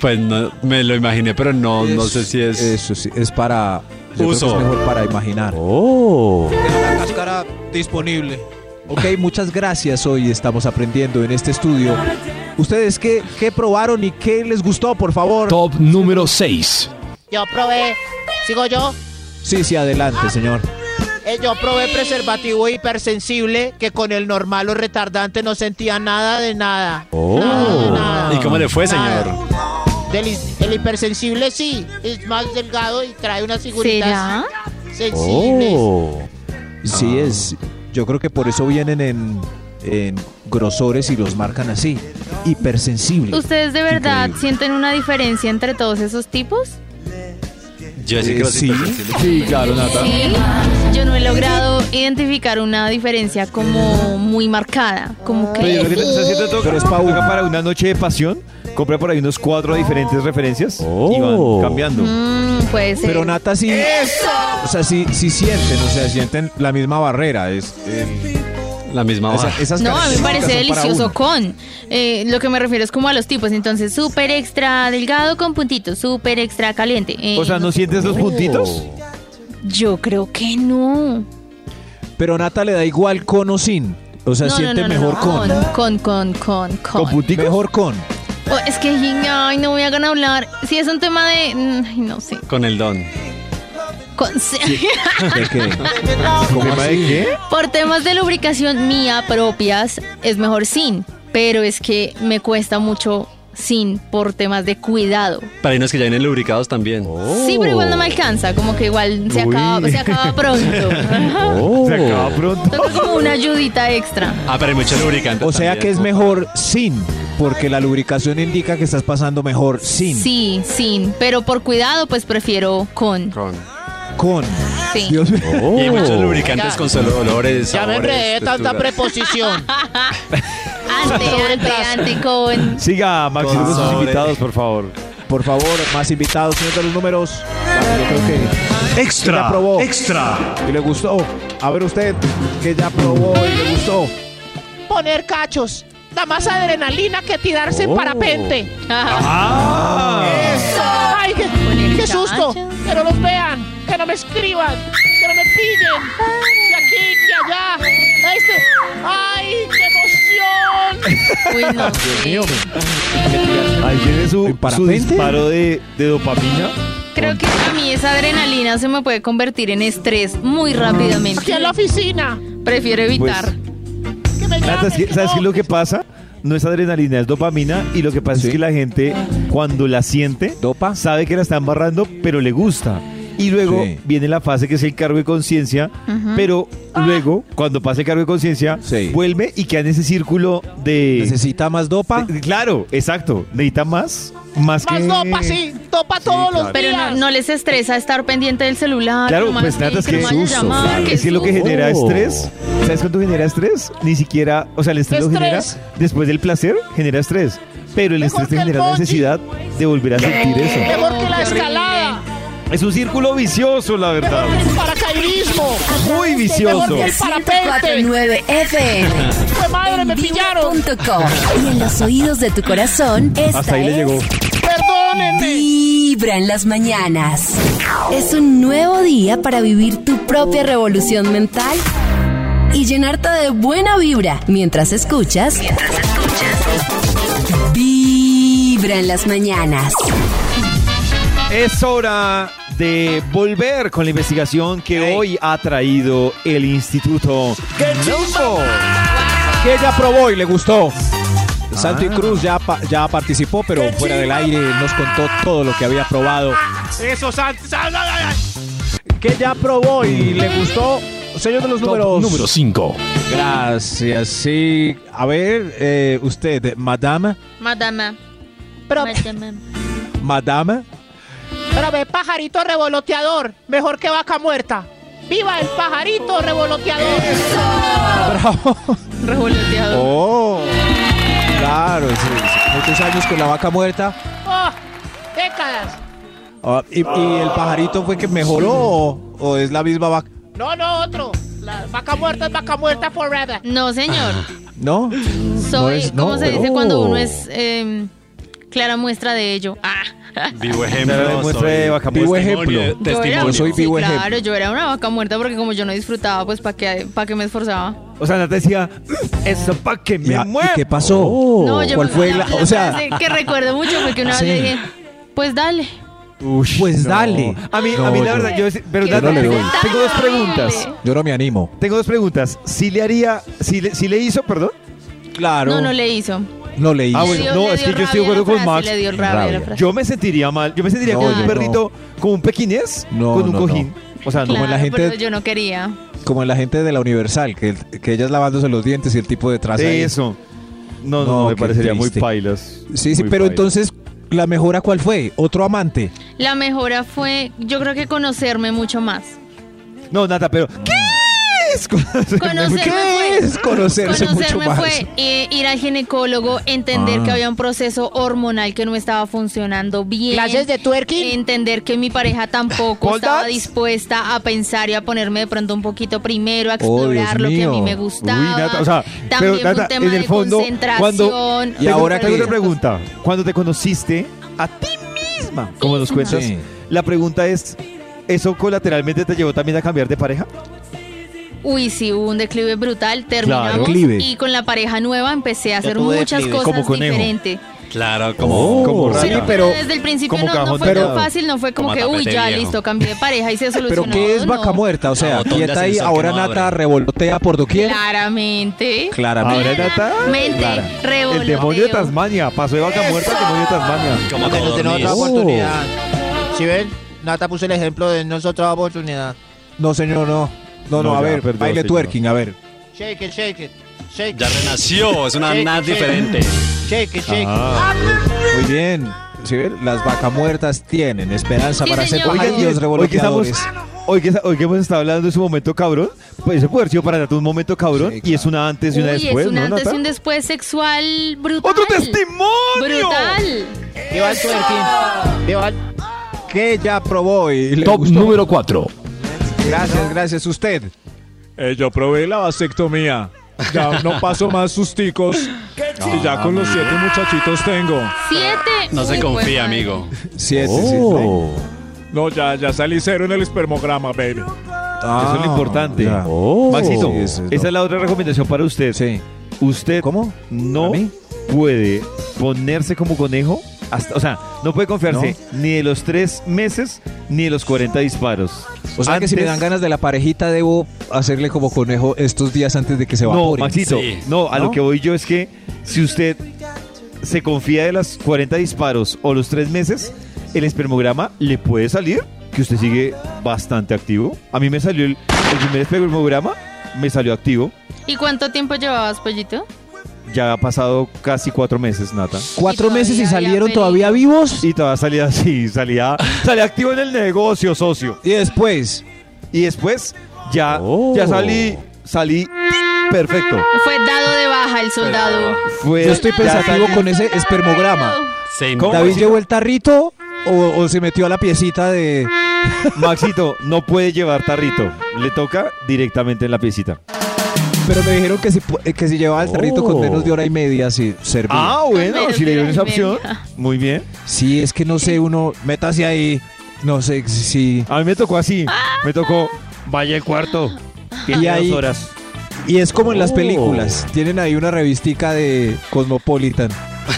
Speaker 5: Pues no, me lo imaginé, pero no, no sé si es.
Speaker 7: Eso sí, es para. yo creo que
Speaker 5: Uso.
Speaker 7: es mejor para imaginar.
Speaker 2: Oh.
Speaker 7: la cáscara disponible. Ok, muchas gracias. Hoy estamos aprendiendo en este estudio. ¿Ustedes qué, qué probaron y qué les gustó, por favor?
Speaker 8: Top número 6.
Speaker 9: Yo probé, sigo yo,
Speaker 7: Sí, sí, adelante, señor.
Speaker 9: Eh, yo probé preservativo hipersensible que con el normal o retardante no sentía nada de nada. Nada de nada.
Speaker 5: ¿Y cómo le
Speaker 7: Ah.
Speaker 5: fue, señor?
Speaker 9: Del his- el hipersensible sí, es más delgado y trae unas figuritas
Speaker 4: ¿Será?
Speaker 9: sensibles.
Speaker 7: Sí, es. Yo creo que por eso vienen en, en grosores y los marcan así. Hipersensible.
Speaker 4: ¿Ustedes de verdad
Speaker 7: Increíble.
Speaker 4: sienten una diferencia entre todos esos tipos?
Speaker 5: Yo sí
Speaker 7: Eh,
Speaker 5: creo que
Speaker 7: sí.
Speaker 8: Sí, claro, Nata.
Speaker 4: Sí. Yo no he logrado identificar una diferencia como muy marcada, como
Speaker 2: Pero yo
Speaker 4: que
Speaker 2: creo que esa cita toca-
Speaker 7: Pero es pa' uno.
Speaker 2: toca para una noche de pasión. Compra por ahí unos cuatro diferentes referencias y van cambiando.
Speaker 4: Mm, puede ser.
Speaker 7: Pero Nata sí. O sea, sí, sí sienten, o sea, sienten la misma barrera. Es, eh,
Speaker 5: la misma
Speaker 7: esa-
Speaker 5: hoja.
Speaker 7: esas
Speaker 4: No, a mí me
Speaker 7: características
Speaker 4: parece
Speaker 7: son para
Speaker 4: delicioso
Speaker 7: uno.
Speaker 4: con. Eh, lo que me refiero es como a los tipos. Entonces, súper extra delgado con puntitos, súper extra caliente. Eh,
Speaker 2: O sea, ¿no sientes los puntitos?
Speaker 4: Yo creo que no.
Speaker 7: Pero Nata le da igual con o sin. O sea,
Speaker 4: no,
Speaker 7: siente
Speaker 4: no, no,
Speaker 7: mejor
Speaker 4: no,
Speaker 7: con.
Speaker 4: Con, con, con, con.
Speaker 2: ¿Con punticos?
Speaker 7: Mejor con.
Speaker 4: Oh, es que, ay, no me hagan hablar. Si es un tema de. mm, Ay, no sé.
Speaker 5: Con el don.
Speaker 4: Con-
Speaker 7: ¿De qué?
Speaker 2: ¿Tema de qué?
Speaker 4: Por temas de lubricación mía propias, es mejor sin. Pero es que me cuesta mucho sin por temas de cuidado.
Speaker 5: Para unos que ya vienen lubricados también.
Speaker 7: Oh.
Speaker 4: Sí, pero igual no me alcanza, como que igual se acaba, se acaba pronto.
Speaker 2: Se acaba pronto.
Speaker 4: Toca como una ayudita extra.
Speaker 5: Ah, pero hay mucho lubricante.
Speaker 7: O sea
Speaker 5: también.
Speaker 7: que es mejor sin, porque la lubricación indica que estás pasando mejor sin.
Speaker 4: Sí, sin, pero por cuidado pues prefiero con.
Speaker 5: Con-
Speaker 7: Con.
Speaker 4: Sí.
Speaker 7: Dios mío.
Speaker 5: Y hay muchos lubricantes
Speaker 9: Ya.
Speaker 5: con solo olores.
Speaker 9: Ya me
Speaker 5: sabores,
Speaker 9: enredé de tanta
Speaker 5: texturas.
Speaker 9: preposición.
Speaker 4: Ante, ante, ante con.
Speaker 2: Siga, Maxi,
Speaker 5: Con
Speaker 2: con sus
Speaker 5: sobre.
Speaker 2: invitados, por favor.
Speaker 7: Por favor, más invitados, señor de los números. Yo creo que,
Speaker 6: Extra.
Speaker 7: aprobó.
Speaker 6: Extra.
Speaker 7: que le gustó. A ver usted, que ya probó y le gustó.
Speaker 9: Poner cachos. Da más adrenalina que tirarse en parapente. Ah. ¡Ay, qué,
Speaker 4: Poner
Speaker 9: qué susto!
Speaker 4: cachos.
Speaker 9: Que no los vean, que no me escriban, que no me pillen. De aquí, de allá. a este. ¡Ay, qué emoción!
Speaker 4: Uy, no.
Speaker 2: Ahí tiene su, su
Speaker 7: parapente?
Speaker 2: disparo de, de dopamina.
Speaker 4: Creo que a mí esa adrenalina se me puede convertir en estrés muy rápidamente.
Speaker 9: Aquí en la oficina.
Speaker 4: Prefiero evitar.
Speaker 9: Que me
Speaker 2: Nata,
Speaker 9: llamen,
Speaker 2: es que- ¿Sabes
Speaker 9: no.
Speaker 2: qué es lo que pasa? No es adrenalina, es dopamina. Y lo que pasa es que la gente, cuando la siente,
Speaker 7: Dopa.
Speaker 2: sabe que la está embarrando, pero le gusta. Y luego
Speaker 7: Sí.
Speaker 2: viene la fase que es el cargo de conciencia, pero luego, cuando pasa el cargo de conciencia,
Speaker 7: Sí.
Speaker 2: vuelve y queda en ese círculo de...
Speaker 7: ¿Necesita más dopa?
Speaker 2: de- Claro, exacto. Necesita más, más, que...
Speaker 9: Más dopa, sí. Dopa todos los
Speaker 4: Pero no,
Speaker 9: días.
Speaker 4: no les estresa estar pendiente del celular.
Speaker 2: Claro,
Speaker 4: que no me
Speaker 2: pues Nata, es
Speaker 4: escriban,
Speaker 2: que
Speaker 4: no me
Speaker 2: susto.
Speaker 4: vayan a llamar,
Speaker 2: Es que lo que
Speaker 4: susto.
Speaker 2: genera estrés, ¿sabes cuánto genera estrés? Ni siquiera, o sea, el estrés, lo genera
Speaker 9: Estrés.
Speaker 2: después del placer, genera estrés. Pero el
Speaker 9: Mejor
Speaker 2: estrés te
Speaker 9: que el
Speaker 2: genera la
Speaker 9: bungee.
Speaker 2: necesidad de volver a sentir eso.
Speaker 9: Mejor que
Speaker 4: Oh,
Speaker 9: la
Speaker 4: qué
Speaker 9: escalada.
Speaker 2: Es un círculo vicioso, la verdad.
Speaker 9: Mejor que el paracaidismo.
Speaker 2: Muy
Speaker 9: Mejor
Speaker 2: vicioso.
Speaker 9: que el parapente.
Speaker 1: 9 FM.
Speaker 9: ¡Fue madre, me
Speaker 1: en
Speaker 9: pillaron!
Speaker 1: vivo.com. Y en los oídos de tu corazón, esta
Speaker 2: Hasta ahí le
Speaker 1: es
Speaker 2: llegó.
Speaker 9: ¡Perdónenme!
Speaker 1: Vibra en las mañanas. Es un nuevo día para vivir tu propia revolución mental y llenarte de buena vibra mientras escuchas. Vibra en las mañanas.
Speaker 2: Es hora de volver con la investigación que hoy ha traído el Instituto Nelson.
Speaker 7: Que ya probó y le gustó. Santi
Speaker 2: Ah.
Speaker 7: Cruz ya, pa- ya participó, pero fuera del aire nos contó todo lo que había probado.
Speaker 3: Eso, Santi.
Speaker 7: Que ya probó y le gustó. Señor de los números.
Speaker 8: Número 5.
Speaker 7: Gracias, sí. A ver, eh, usted, madame,
Speaker 4: Madama.
Speaker 9: Pero,
Speaker 4: madama.
Speaker 7: madame,
Speaker 9: pero ve, pajarito revoloteador. Mejor que vaca muerta. ¡Viva el pajarito revoloteador!
Speaker 7: bravo.
Speaker 4: Revoloteador.
Speaker 7: Oh, claro, sí, sí. muchos años con la vaca muerta.
Speaker 9: Oh, ¡Décadas!
Speaker 7: Ah, y, y el pajarito fue que mejoró o, o es la misma vaca?
Speaker 9: No, no, otro. La vaca muerta es vaca muerta forever.
Speaker 4: No, señor.
Speaker 2: Ah,
Speaker 7: ¿No? No
Speaker 4: Soy,
Speaker 7: es- no,
Speaker 4: ¿cómo se
Speaker 7: pero-
Speaker 4: dice cuando uno es eh, clara muestra de ello? Ah.
Speaker 5: Vivo
Speaker 2: Claro,
Speaker 5: ejemplo.
Speaker 2: muestra
Speaker 5: soy
Speaker 2: de vaca
Speaker 7: Vivo
Speaker 2: muerta.
Speaker 7: ejemplo.
Speaker 4: Yo
Speaker 5: testimonio-
Speaker 4: era-
Speaker 5: Testimonio.
Speaker 7: Yo soy
Speaker 4: sí,
Speaker 7: vivo
Speaker 4: Claro,
Speaker 7: ejemplo.
Speaker 4: yo era una vaca muerta porque como yo no disfrutaba, pues ¿para qué, pa' qué me esforzaba?
Speaker 2: O sea, Nata decía, eso pa' que
Speaker 7: ¿Y,
Speaker 2: me
Speaker 7: a- y
Speaker 2: mueva.
Speaker 7: qué pasó?
Speaker 4: Oh.
Speaker 2: Oh,
Speaker 4: no, yo
Speaker 7: ¿Cuál
Speaker 4: me-
Speaker 7: fue la, o sea,
Speaker 4: frase que recuerdo mucho fue que una vez le dije, pues dale.
Speaker 7: pues dale.
Speaker 2: A mí, a
Speaker 7: No,
Speaker 2: mí la
Speaker 7: yo-
Speaker 2: verdad, yo, pero
Speaker 4: Que
Speaker 2: Nata,
Speaker 7: no le
Speaker 2: tengo,
Speaker 7: doy.
Speaker 2: tengo dos preguntas.
Speaker 7: Yo no me animo.
Speaker 2: Tengo dos preguntas. Si le haría, si le, si le hizo, perdón.
Speaker 7: Claro.
Speaker 4: No, no le hizo.
Speaker 7: No le hice.
Speaker 2: Ah, bueno,
Speaker 4: Dios
Speaker 2: no,
Speaker 4: le
Speaker 2: es
Speaker 4: dio
Speaker 2: que yo estoy de acuerdo
Speaker 4: rabia la
Speaker 2: con
Speaker 4: frase,
Speaker 2: Max.
Speaker 4: le dio rabia la
Speaker 7: Rabia.
Speaker 4: frase.
Speaker 2: Yo me sentiría mal. Yo me sentiría
Speaker 7: No,
Speaker 2: como
Speaker 7: yo
Speaker 2: un
Speaker 7: no.
Speaker 2: perrito, como un pequinés,
Speaker 7: No,
Speaker 2: con un
Speaker 7: no,
Speaker 2: cojín. O sea, no.
Speaker 7: Como
Speaker 4: Claro,
Speaker 7: la gente-
Speaker 4: pero yo no quería.
Speaker 7: Como en la gente de la Universal, que, que ellas lavándose los dientes y el tipo detrás. ahí.
Speaker 2: Eso. No, no,
Speaker 7: No,
Speaker 2: me
Speaker 7: qué
Speaker 2: parecería
Speaker 7: triste.
Speaker 2: muy pailas.
Speaker 7: Sí, sí,
Speaker 2: Muy
Speaker 7: pero
Speaker 2: pailas.
Speaker 7: entonces, ¿la mejora cuál fue? ¿Otro amante?
Speaker 4: La mejora fue, yo creo que conocerme mucho más.
Speaker 2: No, Nata, pero. ¿Qué es?
Speaker 4: Conocerme
Speaker 7: ¿Qué
Speaker 4: fue.
Speaker 7: es conocerse mucho
Speaker 4: Conocerme
Speaker 7: más?
Speaker 4: fue eh, ir al ginecólogo, entender
Speaker 2: Ah.
Speaker 4: que había un proceso hormonal que no estaba funcionando bien.
Speaker 9: Clases de twerking.
Speaker 4: Entender que mi pareja tampoco
Speaker 2: Pole
Speaker 4: estaba
Speaker 2: dance.
Speaker 4: dispuesta a pensar y a ponerme de pronto un poquito primero, a
Speaker 7: Oh, Dios
Speaker 4: explorar lo que a mí
Speaker 7: mío.
Speaker 4: me gustaba.
Speaker 2: Uy, Nata, o sea, pero,
Speaker 4: También fue
Speaker 2: Nata,
Speaker 4: un tema
Speaker 2: en el
Speaker 4: de
Speaker 2: fondo,
Speaker 4: concentración.
Speaker 2: cuando-
Speaker 7: Y
Speaker 2: Tengo-
Speaker 7: ahora
Speaker 2: tengo
Speaker 7: que-
Speaker 2: otra pregunta. Cuando te conociste a ti misma, como nos cuentas,
Speaker 7: Sí.
Speaker 2: la pregunta es: ¿eso colateralmente te llevó también a cambiar de pareja?
Speaker 4: Uy, sí, hubo un declive brutal, terminamos
Speaker 7: declive.
Speaker 4: y con la pareja nueva empecé a hacer
Speaker 2: tuve
Speaker 4: muchas
Speaker 2: declive,
Speaker 4: cosas
Speaker 2: como conejo.
Speaker 4: diferentes.
Speaker 5: Claro, como,
Speaker 7: Oh.
Speaker 5: como
Speaker 7: Sí,
Speaker 5: rata.
Speaker 3: pero-
Speaker 4: Pero desde el principio
Speaker 3: como
Speaker 4: no, no
Speaker 3: cajón
Speaker 4: fue
Speaker 7: pero-
Speaker 4: tan fácil, no fue como,
Speaker 5: como
Speaker 4: que, uy,
Speaker 5: tapete
Speaker 4: ya
Speaker 5: viejo".
Speaker 4: listo, cambié de pareja y se solucionó.
Speaker 7: Pero ¿qué es
Speaker 4: no.
Speaker 7: vaca muerta? O sea,
Speaker 5: No, botón de
Speaker 7: quieta ahí,
Speaker 5: ascensor
Speaker 7: ahora
Speaker 5: que no
Speaker 7: Nata
Speaker 5: abre.
Speaker 7: revolotea por doquier.
Speaker 4: Claramente.
Speaker 7: Claramente.
Speaker 4: Ahora Nata, Mente, revoloteo.
Speaker 7: El demonio de Tasmania. Pasó de vaca muerta al demonio de Tasmania.
Speaker 5: como
Speaker 9: que
Speaker 5: todo
Speaker 9: nos den otra
Speaker 5: dormido.
Speaker 7: Oh.
Speaker 9: oportunidad. ¿Sí ven? Nata puso el ejemplo de nos otra oportunidad.
Speaker 7: Uh, No, señor, no. No, no,
Speaker 2: No,
Speaker 7: a
Speaker 2: ya,
Speaker 7: ver,
Speaker 2: perdió,
Speaker 7: baile
Speaker 2: señor.
Speaker 7: twerking, a ver.
Speaker 9: Shake it, shake it. Shake
Speaker 5: Ya renació, es una
Speaker 9: Sí,
Speaker 5: nat
Speaker 9: sí.
Speaker 5: diferente. Ah.
Speaker 9: Shake it, shake
Speaker 7: Muy bien. ¿Sí ven? Las vaca muertas tienen esperanza
Speaker 4: Sí,
Speaker 7: para ser
Speaker 4: señor. Oigan,
Speaker 7: patillos
Speaker 2: Hoy que, estamos,
Speaker 7: revoloteadores.
Speaker 2: hoy, que, hoy que hemos estado hablando de su momento cabrón, pues ese puede haber sido para Nata un momento cabrón
Speaker 7: Sí,
Speaker 2: y es una antes y una
Speaker 4: Uy,
Speaker 2: después,
Speaker 4: es un
Speaker 2: ¿no,
Speaker 4: antes y
Speaker 2: Nata?
Speaker 4: un después sexual brutal.
Speaker 2: ¡Otro testimonio!
Speaker 4: Brutal.
Speaker 9: it. Viva el twerking. Viva el...
Speaker 7: Que ya probó y le
Speaker 8: Top
Speaker 7: gustó.
Speaker 8: número 4.
Speaker 7: Gracias, gracias usted.
Speaker 3: Eh, yo probé la vasectomía. Ya no paso más susticos. y ya con los siete muchachitos tengo.
Speaker 4: Siete.
Speaker 5: No se
Speaker 4: Uy, pues,
Speaker 5: confía,
Speaker 4: madre.
Speaker 5: amigo.
Speaker 7: Siete, sí,
Speaker 2: Oh.
Speaker 3: No, ya, ya salí cero en el espermograma, baby.
Speaker 7: Ah,
Speaker 2: Eso es lo importante. Oh.
Speaker 7: ya.
Speaker 2: Maxito,
Speaker 7: Sí, eso es
Speaker 2: esa
Speaker 7: lo-
Speaker 2: es la otra recomendación para usted.
Speaker 7: Sí.
Speaker 2: Usted
Speaker 7: ¿Cómo?
Speaker 2: no
Speaker 7: ¿A mí?
Speaker 2: puede ponerse como conejo, hasta, o sea, no puede confiarse ni de los tres meses ni de los 40 disparos.
Speaker 7: O sea que si me dan ganas de la parejita, debo hacerle como conejo estos días antes de que se
Speaker 2: No,
Speaker 7: evaporen.
Speaker 2: Maxito,
Speaker 5: Sí.
Speaker 2: no, a
Speaker 7: ¿No?
Speaker 2: lo que voy yo es que si usted se confía de los 40 disparos o los tres meses, el espermograma le puede salir, que usted sigue bastante activo. A mí me salió el, el primer espermograma, me salió activo.
Speaker 4: ¿Y cuánto tiempo llevabas, pollito?
Speaker 2: Ya ha pasado casi cuatro meses, Nata.
Speaker 7: Cuatro
Speaker 4: Y
Speaker 7: meses y
Speaker 4: todavía había
Speaker 7: salieron
Speaker 4: peligro.
Speaker 7: todavía vivos.
Speaker 2: Y todavía salía así, salía, salía activo en el negocio, socio.
Speaker 7: Y después,
Speaker 2: Y después ya,
Speaker 7: Oh.
Speaker 2: ya salí, salí perfecto.
Speaker 4: Fue dado de baja el soldado.
Speaker 2: Fue-
Speaker 7: yo estoy
Speaker 2: ya
Speaker 7: pensativo
Speaker 2: salí-
Speaker 7: con ese espermograma.
Speaker 5: Se
Speaker 2: ¿Cómo?
Speaker 7: ¿David
Speaker 2: Sí.
Speaker 7: llevó el tarrito o, o se metió a la piecita de.
Speaker 2: Maxito, no puede llevar tarrito. Le toca directamente en la piecita.
Speaker 7: Pero me dijeron que si, pu- eh, que si llevaba el tarrito con menos de hora y media, sí, servía.
Speaker 2: Ah, bueno,
Speaker 4: menos
Speaker 2: si le dieron
Speaker 4: de
Speaker 2: esa
Speaker 4: la
Speaker 2: opción,
Speaker 4: media.
Speaker 2: muy bien.
Speaker 7: Sí, es que no sé, uno. Métase ahí. No sé si.
Speaker 2: A mí me tocó así. Me tocó, vaya el cuarto. Tiene
Speaker 7: ahí-
Speaker 2: dos horas.
Speaker 7: Y es como en las películas. Tienen ahí una revistica de Cosmopolitan.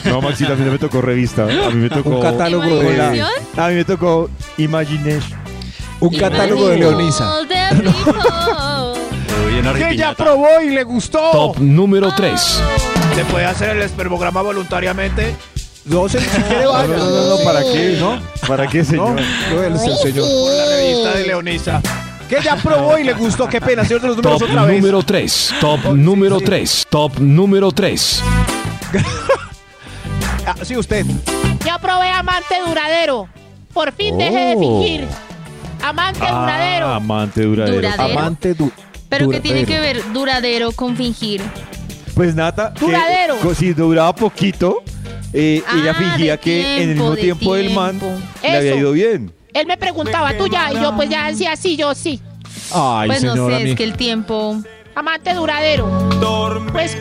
Speaker 2: No, Maxito, a mí no me tocó revista. A mí me tocó.
Speaker 7: Un catálogo de.
Speaker 4: ¿Imaginación?
Speaker 2: A mí me tocó Imagination.
Speaker 7: Un catálogo de Leonisa.
Speaker 4: All the people.
Speaker 5: Uy, en
Speaker 3: Que ya
Speaker 5: Oripinata.
Speaker 3: probó y le gustó.
Speaker 8: Top número 3.
Speaker 3: ¿Se puede hacer el espermograma voluntariamente?
Speaker 7: No sé si quiere
Speaker 2: No, no, no, no, ¿para qué? ¿No? ¿Para qué,
Speaker 7: No,
Speaker 2: señor?
Speaker 7: no, el señor.
Speaker 3: La revista de Leonisa. Que ya probó y le gustó. Qué pena, señor de los números
Speaker 8: Top
Speaker 3: otra vez.
Speaker 8: número 3. Top número 3. Top número 3.
Speaker 3: Ah, sí, usted.
Speaker 9: Ya probé amante duradero. Por fin dejé de
Speaker 2: Oh.
Speaker 9: fingir. Amante duradero.
Speaker 2: Ah, amante duradero.
Speaker 4: Duradero.
Speaker 7: Amante du
Speaker 4: Pero ¿qué tiene
Speaker 7: duradero.
Speaker 4: que ver duradero con fingir?
Speaker 2: Pues Nata, que
Speaker 9: Duradero.
Speaker 2: co- si duraba poquito, eh,
Speaker 4: Ah,
Speaker 2: ella fingía
Speaker 4: de
Speaker 2: que en el mismo tiempo,
Speaker 4: tiempo, de
Speaker 2: del man
Speaker 4: tiempo.
Speaker 2: le había
Speaker 9: Eso.
Speaker 2: ido bien.
Speaker 9: Él me preguntaba, tú ya, y yo pues ya decía sí, yo sí.
Speaker 7: Ay,
Speaker 4: pues no
Speaker 7: señora
Speaker 4: sé, es
Speaker 7: mía.
Speaker 4: que el tiempo.
Speaker 9: Amante duradero. Pues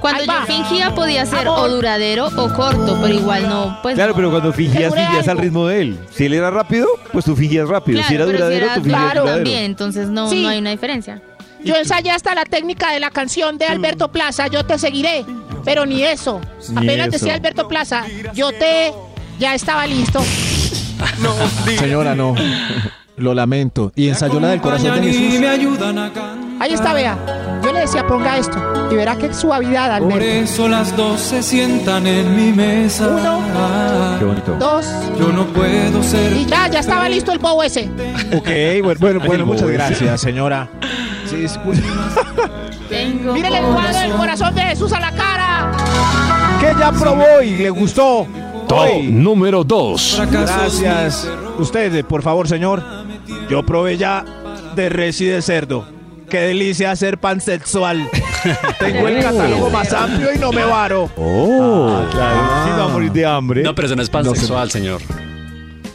Speaker 4: Cuando
Speaker 9: Ahí
Speaker 4: yo
Speaker 9: va. Ah,
Speaker 4: fingía podía ser
Speaker 9: Amor.
Speaker 4: o duradero o corto, pero igual no. Pues
Speaker 2: Claro,
Speaker 4: no.
Speaker 2: pero cuando fingías,
Speaker 9: Seguro
Speaker 2: fingías al
Speaker 9: algo.
Speaker 2: ritmo de él. Si él era rápido, pues tú fingías rápido.
Speaker 4: Claro,
Speaker 2: si era
Speaker 4: pero
Speaker 2: duradero, tú fingías
Speaker 9: claro,
Speaker 2: duradero.
Speaker 4: también, entonces no,
Speaker 9: Sí.
Speaker 4: no hay una diferencia.
Speaker 9: yo ensayé hasta la técnica de la canción de Alberto Plaza, yo te seguiré. Pero ni eso.
Speaker 2: Ni
Speaker 9: Apenas
Speaker 2: eso.
Speaker 9: decía Alberto Plaza, yo te ya estaba listo.
Speaker 7: Señora, no. Lo lamento. Y ensayó la del corazón de Jesús.
Speaker 9: Ahí está, vea. Yo le decía, ponga esto. Y verá qué suavidad, Alberto.
Speaker 10: eso las dos se sientan en mi mesa.
Speaker 2: Qué bonito.
Speaker 9: Dos.
Speaker 10: Yo no puedo ser.
Speaker 9: Y ya, ya estaba listo el bobo ese.
Speaker 7: Ok, bueno, bueno, bueno, muchas gracias, señora. Sí, escucha.
Speaker 4: Tengo
Speaker 9: Mírele el cuadro del corazón de Jesús a la cara.
Speaker 7: que ya probó y le gustó.
Speaker 8: Top número 2.
Speaker 7: Gracias. Usted, por favor, señor.
Speaker 3: Yo probé ya de res y de cerdo. Qué delicia hacer pan sexual. Tengo el catálogo más amplio y no me varo.
Speaker 2: Ah, claro. Si no va a morir de hambre.
Speaker 5: No, pero eso no es pansexual, señor.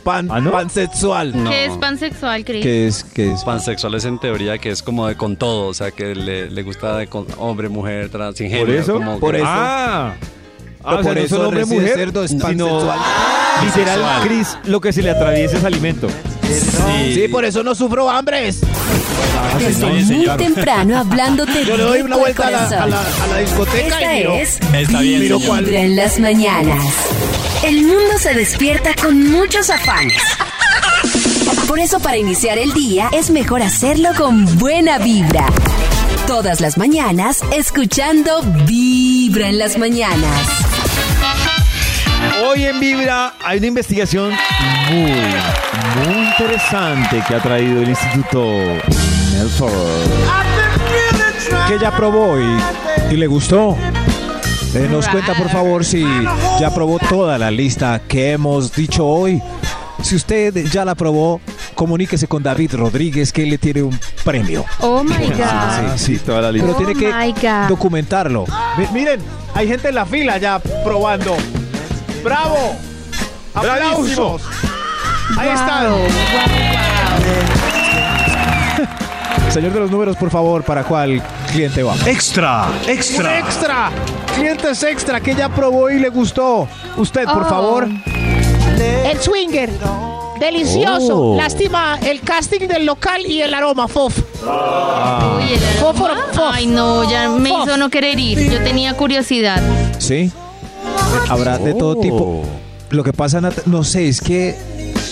Speaker 3: Pan,
Speaker 2: ¿Ah, no?
Speaker 3: pan sexual.
Speaker 5: No.
Speaker 4: ¿Qué es pansexual, Cris?
Speaker 7: ¿Qué es? ¿Qué es?
Speaker 5: Pansexual es en teoría que es como de con todo, o sea, que le, le gusta de con hombre, mujer, transgénero.
Speaker 2: ¿Por eso?
Speaker 5: como
Speaker 7: Por
Speaker 5: que-
Speaker 7: eso.
Speaker 2: Ah. Ah,
Speaker 7: No,
Speaker 2: o sea,
Speaker 7: por
Speaker 2: no
Speaker 7: eso
Speaker 2: solo hombre
Speaker 7: reside
Speaker 2: mujer,
Speaker 7: cerdo es
Speaker 2: sino
Speaker 7: pansexual.
Speaker 2: literal, Cris, lo que se le atraviesa es alimento.
Speaker 3: Sí. por eso no sufro hambres.
Speaker 1: Desde muy temprano hablándote
Speaker 3: Yo le doy una
Speaker 1: directo
Speaker 3: vuelta
Speaker 1: al
Speaker 3: a la, a
Speaker 1: corazón.
Speaker 3: la- a la discoteca
Speaker 1: Esta
Speaker 3: y miro.
Speaker 1: es
Speaker 5: Está bien,
Speaker 3: Miro
Speaker 5: señor.
Speaker 1: Vibra en las mañanas. El mundo se despierta con muchos afanes. Por eso para iniciar el día es mejor hacerlo con buena vibra. Todas las mañanas escuchando Vibra en las mañanas.
Speaker 2: Hoy en Vibra hay una investigación muy, muy interesante que ha traído el Instituto Melford.
Speaker 7: que ya probó y, y le gustó. Eh, nos cuenta por favor si ya probó toda la lista que hemos dicho hoy. Si usted ya la probó, comuníquese con David Rodríguez que él le tiene un premio.
Speaker 11: Oh my
Speaker 7: Sí,
Speaker 11: God.
Speaker 7: sí, toda la lista. Pero
Speaker 11: Oh
Speaker 7: tiene que
Speaker 11: my God.
Speaker 7: documentarlo.
Speaker 3: Mi- Miren, hay gente en la fila ya probando. ¡Bravo! ¡Aplausos! Ahí está.
Speaker 7: Señor de los números, por favor, ¿para cuál cliente va?
Speaker 6: Extra,
Speaker 3: Un
Speaker 6: extra,
Speaker 3: extra. Clientes extra que ya probó y le gustó. Usted, por
Speaker 11: Oh.
Speaker 3: favor.
Speaker 9: El swinger. Delicioso.
Speaker 2: Oh.
Speaker 9: Lástima el casting del local y el aroma, fof.
Speaker 4: Uy, el aroma.
Speaker 9: Fósforo, fósforo.
Speaker 4: Ay, no, ya me
Speaker 9: Fósforo.
Speaker 4: hizo no querer ir. Yo tenía curiosidad.
Speaker 7: Sí. Habrá de todo tipo. Lo que pasa, Nat- no sé, es que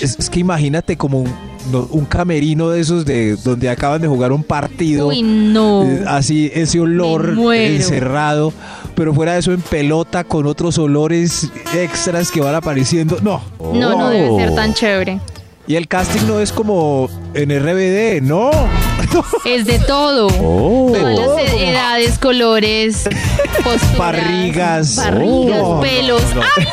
Speaker 7: es, es que imagínate como un, no- un camerino de esos de donde acaban de jugar un partido.
Speaker 4: Uy, no.
Speaker 7: Eh, Así, ese olor
Speaker 4: Me muero.
Speaker 7: encerrado, pero fuera de eso en pelota con otros olores extras que van apareciendo. No.
Speaker 4: No, no debe
Speaker 2: Oh.
Speaker 4: ser tan chévere.
Speaker 7: Y el casting no es como en RBD, no.
Speaker 4: Es de todo. Todas
Speaker 3: Oh.
Speaker 7: todo,
Speaker 4: las
Speaker 7: como-
Speaker 4: edades, colores, posturas,
Speaker 7: Barrigas.
Speaker 4: barrigas,
Speaker 7: Oh.
Speaker 4: pelos. ¡Ay,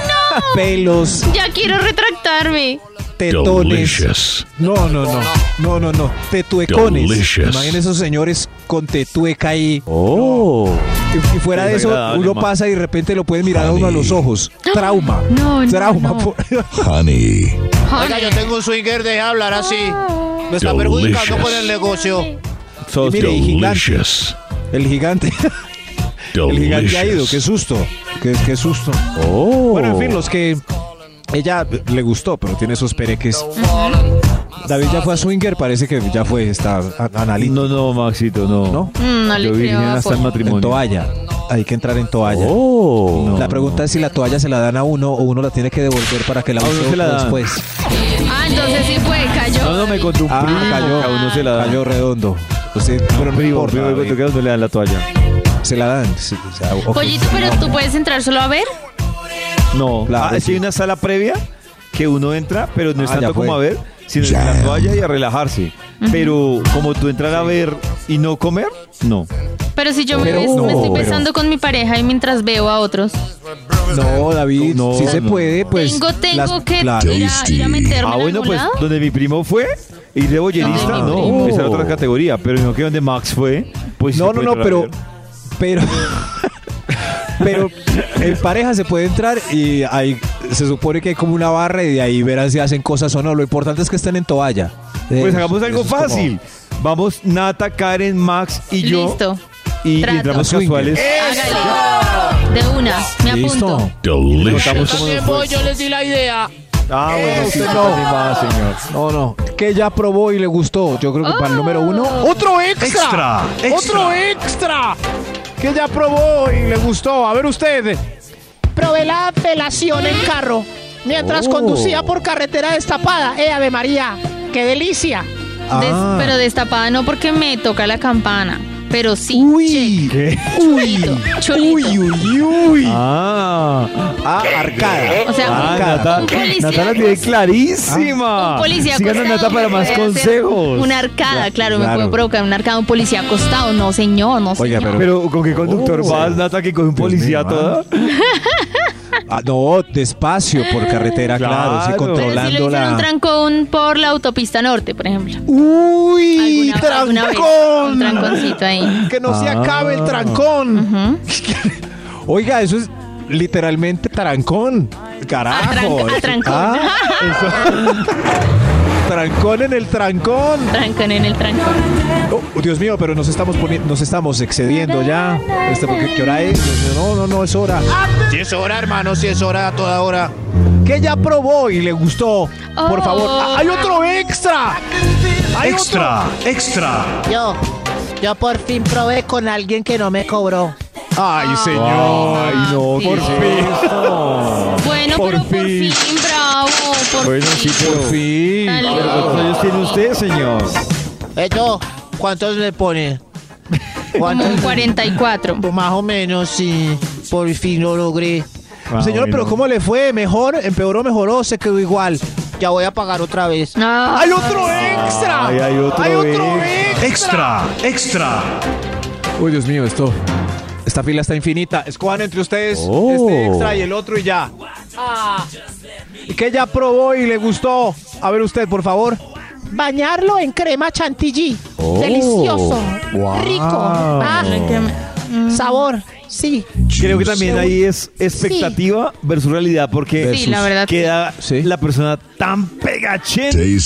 Speaker 7: Pelos,
Speaker 4: ya quiero retractarme!
Speaker 7: tetones. No, no, no. No, no, no. Tetuecones.
Speaker 8: Delicious.
Speaker 7: Imaginen esos señores con tetueca ahí.
Speaker 2: Oh.
Speaker 7: Y, y fuera de eso,
Speaker 2: Desagradable,
Speaker 7: uno
Speaker 2: ma.
Speaker 7: pasa y de repente lo pueden mirar a uno a los ojos. Trauma.
Speaker 4: No, no,
Speaker 7: Trauma.
Speaker 4: no.
Speaker 7: por-
Speaker 8: Honey.
Speaker 3: Oiga, yo tengo un swinger de hablar así. Me está perjudicando con el negocio.
Speaker 2: Sos
Speaker 7: mire, y gigante.
Speaker 8: Delicious.
Speaker 7: El gigante. El gigante ha ido. Qué susto. Qué, qué susto.
Speaker 2: Oh.
Speaker 7: Bueno, en fin, los que. Ella le gustó, pero tiene esos pereques. David ya fue a Swinger, parece que ya fue esta a- analista.
Speaker 2: No, no, Maxito, no.
Speaker 7: ¿No?
Speaker 4: Mm, no le
Speaker 2: Yo virgen
Speaker 4: creo. a
Speaker 2: hasta el
Speaker 4: Fofo.
Speaker 7: En
Speaker 2: matrimonio.
Speaker 7: toalla. Hay que entrar en toalla.
Speaker 2: Oh.
Speaker 7: la pregunta es si la toalla se la dan a uno o uno la tiene que devolver para que la
Speaker 2: A uno
Speaker 7: use
Speaker 2: se la dan.
Speaker 7: después.
Speaker 4: Ah, entonces sí fue, cayó.
Speaker 2: No, no, me contó un
Speaker 7: Ah,
Speaker 2: primo
Speaker 7: cayó.
Speaker 2: que a uno se la da.
Speaker 7: Cayó redondo. Entonces, pero no
Speaker 2: Primo,
Speaker 7: importa,
Speaker 2: primo, me contó
Speaker 7: David.
Speaker 2: que a uno le dan la toalla.
Speaker 7: Se la dan. Sí, o sea, ok.
Speaker 4: Pollito, pero tú puedes entrar solo a ver.
Speaker 2: No,
Speaker 7: Claro
Speaker 2: Ah,
Speaker 7: que
Speaker 2: es que hay
Speaker 7: sí.
Speaker 2: una sala previa que uno entra, pero no es
Speaker 7: Ah, ya
Speaker 2: tanto como a
Speaker 7: fue.
Speaker 2: ver, sino en la toalla y a relajarse. Pero como tú entrar a ver y no comer, no.
Speaker 4: Pero si yo
Speaker 7: Pero
Speaker 4: me,
Speaker 7: no,
Speaker 4: me estoy
Speaker 7: pero-
Speaker 4: besando con mi pareja y mientras veo a otros.
Speaker 7: No, David,
Speaker 2: No,
Speaker 7: si se
Speaker 2: no.
Speaker 7: puede, pues.
Speaker 4: tengo tengo
Speaker 7: las-
Speaker 4: que
Speaker 7: claro.
Speaker 4: ir, a, ir a meterme
Speaker 2: ah,
Speaker 4: en
Speaker 2: bueno,
Speaker 4: algún
Speaker 2: pues
Speaker 4: lado.
Speaker 2: donde mi primo fue y de bollerista,
Speaker 4: Ah.
Speaker 2: no,
Speaker 4: Oh.
Speaker 2: esa era otra categoría, pero no que donde Max fue, pues sí
Speaker 7: No,
Speaker 2: se
Speaker 7: no,
Speaker 2: puede
Speaker 7: no,
Speaker 2: entrar a
Speaker 7: pero.
Speaker 2: ver.
Speaker 7: Pero. Pero en pareja se puede entrar y ahí se supone que hay como una barra y de ahí verán si hacen cosas o no. Lo importante es que estén en toalla.
Speaker 2: Pues
Speaker 7: Eso,
Speaker 2: hagamos
Speaker 7: eh, eso
Speaker 2: algo
Speaker 7: es como-
Speaker 2: fácil. Vamos Nata, Karen, Max y yo.
Speaker 4: Listo.
Speaker 2: Y
Speaker 4: Trato.
Speaker 2: entramos
Speaker 7: Swinger.
Speaker 2: casuales.
Speaker 7: Eh.
Speaker 4: Hágale. De una, me apunto.
Speaker 7: Listo.
Speaker 9: Yo
Speaker 8: Delicious.
Speaker 9: también voy, yo les di la idea.
Speaker 2: Ah, bueno, sí,
Speaker 7: no.
Speaker 2: también va, señor.
Speaker 7: No, no. Que ya probó y le gustó. Yo creo que para el número uno.
Speaker 3: Otro extra.
Speaker 6: extra,
Speaker 3: Otro
Speaker 6: extra,
Speaker 3: extra. Que ya probó y le gustó. A ver usted.
Speaker 9: Probé la apelación en carro mientras
Speaker 2: Oh.
Speaker 9: conducía por carretera destapada. ¡Eh, Ave María! ¡Qué delicia!
Speaker 4: Des-
Speaker 7: Ah.
Speaker 4: pero destapada no porque me toca la campana, pero sí.
Speaker 7: Uy, uy,
Speaker 4: Chorito.
Speaker 7: uy, uy, uy.
Speaker 2: Ah,
Speaker 7: Ah, arcada.
Speaker 4: O sea,
Speaker 2: ah,
Speaker 7: Arcada.
Speaker 2: Nata,
Speaker 4: Un policía
Speaker 2: Nata la
Speaker 4: acos-
Speaker 2: tiene clarísima.
Speaker 4: un policía
Speaker 2: Sigan a
Speaker 4: acostado.
Speaker 2: Nata para
Speaker 4: me
Speaker 2: más
Speaker 4: puede hacer
Speaker 2: consejos.
Speaker 4: Una arcada, claro, me
Speaker 7: claro.
Speaker 4: puedo provocar una arcada, un policía acostado. No, señor, no,
Speaker 7: Oiga,
Speaker 4: señor.
Speaker 2: Pero con qué conductor
Speaker 7: Oh.
Speaker 2: vas, Nata, que con un
Speaker 7: Dios
Speaker 2: policía
Speaker 7: mío,
Speaker 2: toda.
Speaker 7: Ah, no, despacio por carretera, claro,
Speaker 2: Claro.
Speaker 4: Pero
Speaker 7: sí,
Speaker 4: si le
Speaker 7: controlando
Speaker 4: hicieron un
Speaker 7: la.
Speaker 4: trancón por la autopista norte, por ejemplo.
Speaker 3: Uy,
Speaker 4: Alguna-
Speaker 3: trancón.
Speaker 4: alguna vez, un tranconcito ahí.
Speaker 3: Que no se
Speaker 2: Ah.
Speaker 3: acabe el trancón.
Speaker 4: Ujú.
Speaker 7: Oiga, eso es literalmente trancón. Carajo.
Speaker 4: Atran- atrancón.
Speaker 7: Ah, Trancón en el trancón.
Speaker 4: Trancón en el trancón.
Speaker 7: Oh, Dios mío, pero nos estamos poniendo, nos estamos excediendo ya. Este, porque, ¿Qué hora es? No, no, no, es hora.
Speaker 3: Si es hora, hermano, si es hora a toda hora.
Speaker 7: Que ya probó y le gustó. Por favor, ¡Ah, hay otro extra. Hay
Speaker 6: Extra,
Speaker 7: otro!
Speaker 6: extra.
Speaker 9: Yo, yo por fin probé con alguien que no me cobró.
Speaker 7: Ay, señor. Ay, no,
Speaker 4: Sí.
Speaker 7: por
Speaker 4: Sí.
Speaker 7: fin.
Speaker 4: Bueno,
Speaker 7: Por
Speaker 4: pero por
Speaker 7: fin.
Speaker 4: fin, bravo. Por
Speaker 2: Bueno, sí,
Speaker 4: fin.
Speaker 2: pero...
Speaker 7: Por fin.
Speaker 4: Tan
Speaker 2: pero ¿Cuántos
Speaker 4: lindo.
Speaker 2: años tiene usted, señor?
Speaker 9: Eh, yo, ¿cuántos le pone?
Speaker 4: Como
Speaker 9: ¿Cuántos? Pues
Speaker 4: un 44.
Speaker 9: Más o menos, sí. Por fin lo logré.
Speaker 2: Ah,
Speaker 7: Señor, pero ¿cómo le fue? ¿Mejor? ¿Empeoró? ¿Mejoró? ¿Se quedó igual?
Speaker 9: Ya voy a pagar otra vez.
Speaker 4: Ah,
Speaker 7: ¡Hay otro extra!
Speaker 2: Ay, hay otro
Speaker 7: extra!
Speaker 6: Extra, extra.
Speaker 7: Uy, Dios mío, esto. Esta fila está infinita. Escojan entre ustedes
Speaker 2: Oh.
Speaker 7: este extra y el otro y ya. Que ya probó y le gustó. A ver usted, por favor.
Speaker 9: Bañarlo en crema chantilly.
Speaker 2: Oh.
Speaker 9: Delicioso.
Speaker 2: Wow.
Speaker 9: Rico. Ah, sabor. Sí.
Speaker 2: Creo que también ahí es expectativa versus realidad, porque
Speaker 4: Sí, la verdad que-
Speaker 2: queda
Speaker 7: Sí.
Speaker 2: la persona tan pegachente.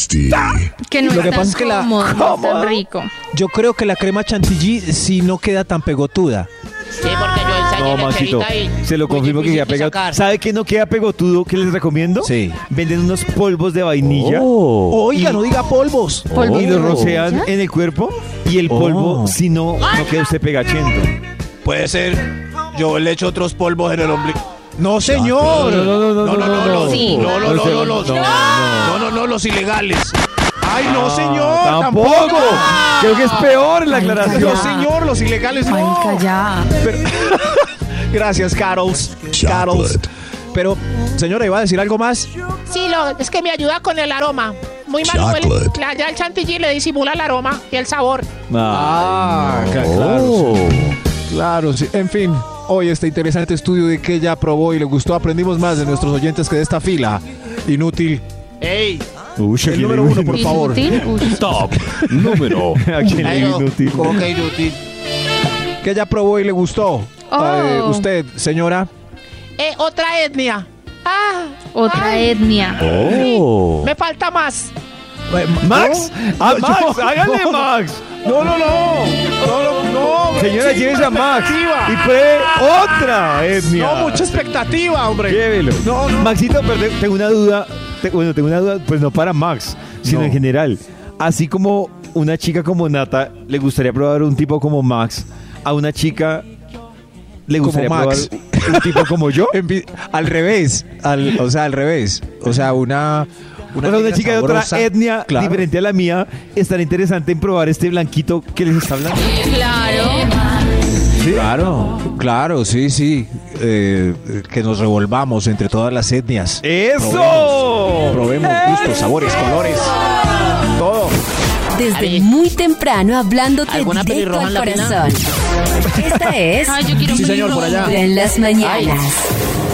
Speaker 4: que no
Speaker 7: Lo
Speaker 4: es
Speaker 7: que
Speaker 4: tan
Speaker 7: pasa es que la-
Speaker 4: cómodo, no es
Speaker 7: ¿Cómo?
Speaker 4: tan rico.
Speaker 7: Yo creo que la crema chantilly sí no queda tan pegotuda.
Speaker 9: Sí, porque yo ensayé
Speaker 2: No, Maxito, se lo
Speaker 4: pues
Speaker 2: confirmo que queda pegado. ¿Sabe que no queda pegotudo? ¿Qué les recomiendo?
Speaker 7: Sí.
Speaker 2: Venden unos polvos de vainilla
Speaker 7: Oiga, no diga polvos.
Speaker 4: Polvo
Speaker 2: y
Speaker 4: de
Speaker 2: los rocean
Speaker 4: vainilla.
Speaker 2: en el cuerpo y el polvo,
Speaker 7: Oh.
Speaker 2: si no, no queda usted pegachento.
Speaker 3: Puede ser. Yo le echo otros polvos en el ombligo.
Speaker 7: No, señor.
Speaker 3: No, no, no, no, no, no.
Speaker 4: Sí.
Speaker 3: No, no, no, no, no. No, no, no, los ilegales. Ay, no, señor, Ah, tampoco. Ah.
Speaker 2: Creo que es peor la
Speaker 3: No,
Speaker 2: aclaración.
Speaker 3: señor, los ilegales no.
Speaker 4: ya.
Speaker 7: Gracias, Carols. Carols. Pero, señora, iba a decir algo más.
Speaker 9: Sí, lo- es que me ayuda con el aroma. Muy mal huele. La- Ya el chantilly le disimula el aroma y el sabor.
Speaker 7: Ah, ca-
Speaker 2: Oh.
Speaker 7: Claro, sí. En fin, hoy este interesante estudio de que ya probó y le gustó, aprendimos más de nuestros oyentes que de esta fila. Inútil.
Speaker 9: ¡Ey!
Speaker 2: Uy, aquí
Speaker 7: El
Speaker 2: le-
Speaker 7: número uno, por favor.
Speaker 4: Inútil. Uy,
Speaker 8: Top número
Speaker 2: aquí le-
Speaker 9: Ay, no.
Speaker 2: inútil.
Speaker 9: ¿Cómo que inútil?
Speaker 7: Que ya probó y le gustó.
Speaker 4: Oh.
Speaker 7: Eh, usted, señora.
Speaker 9: Eh, otra etnia. Ah,
Speaker 4: Otra
Speaker 9: Ay.
Speaker 4: etnia.
Speaker 2: Oh.
Speaker 9: me falta más.
Speaker 2: Max, ah, Max, hágale Max.
Speaker 7: No, no, no. No, no, no.
Speaker 2: Señora,
Speaker 7: Muchísima
Speaker 2: llévese a Max
Speaker 7: expectativa.
Speaker 2: y pruebe otra etnia.
Speaker 7: No, mucha expectativa, hombre.
Speaker 2: Llévelo.
Speaker 7: No, no.
Speaker 2: Maxito, pero te- tengo una duda. Te- bueno, tengo una duda, pues no para Max, sino
Speaker 7: No.
Speaker 2: en general. Así como una chica como Nata le gustaría probar un tipo como Max, a una chica le
Speaker 7: Como
Speaker 2: gustaría
Speaker 7: Max.
Speaker 2: probar un tipo como yo.
Speaker 7: Envi- Al revés. Al, o sea, al revés. O sea, una.
Speaker 2: Una, una chica de otra
Speaker 7: sabrosa.
Speaker 2: etnia
Speaker 7: Claro.
Speaker 2: diferente a la mía estaría interesante en probar este blanquito que les está hablando.
Speaker 4: Claro.
Speaker 7: Claro, claro, sí, sí. Eh, que nos revolvamos entre todas las etnias.
Speaker 2: ¡Eso!
Speaker 7: Probemos gustos, sabores, colores. Todo.
Speaker 1: Desde muy temprano hablándote
Speaker 9: ¿Alguna
Speaker 1: directo
Speaker 9: pelirroja
Speaker 1: al
Speaker 9: en la
Speaker 1: corazón. Esta es
Speaker 4: Ay, yo quiero
Speaker 7: Sí,
Speaker 4: un
Speaker 7: señor, por
Speaker 4: libro.
Speaker 7: allá.
Speaker 1: Vibra en las mañanas.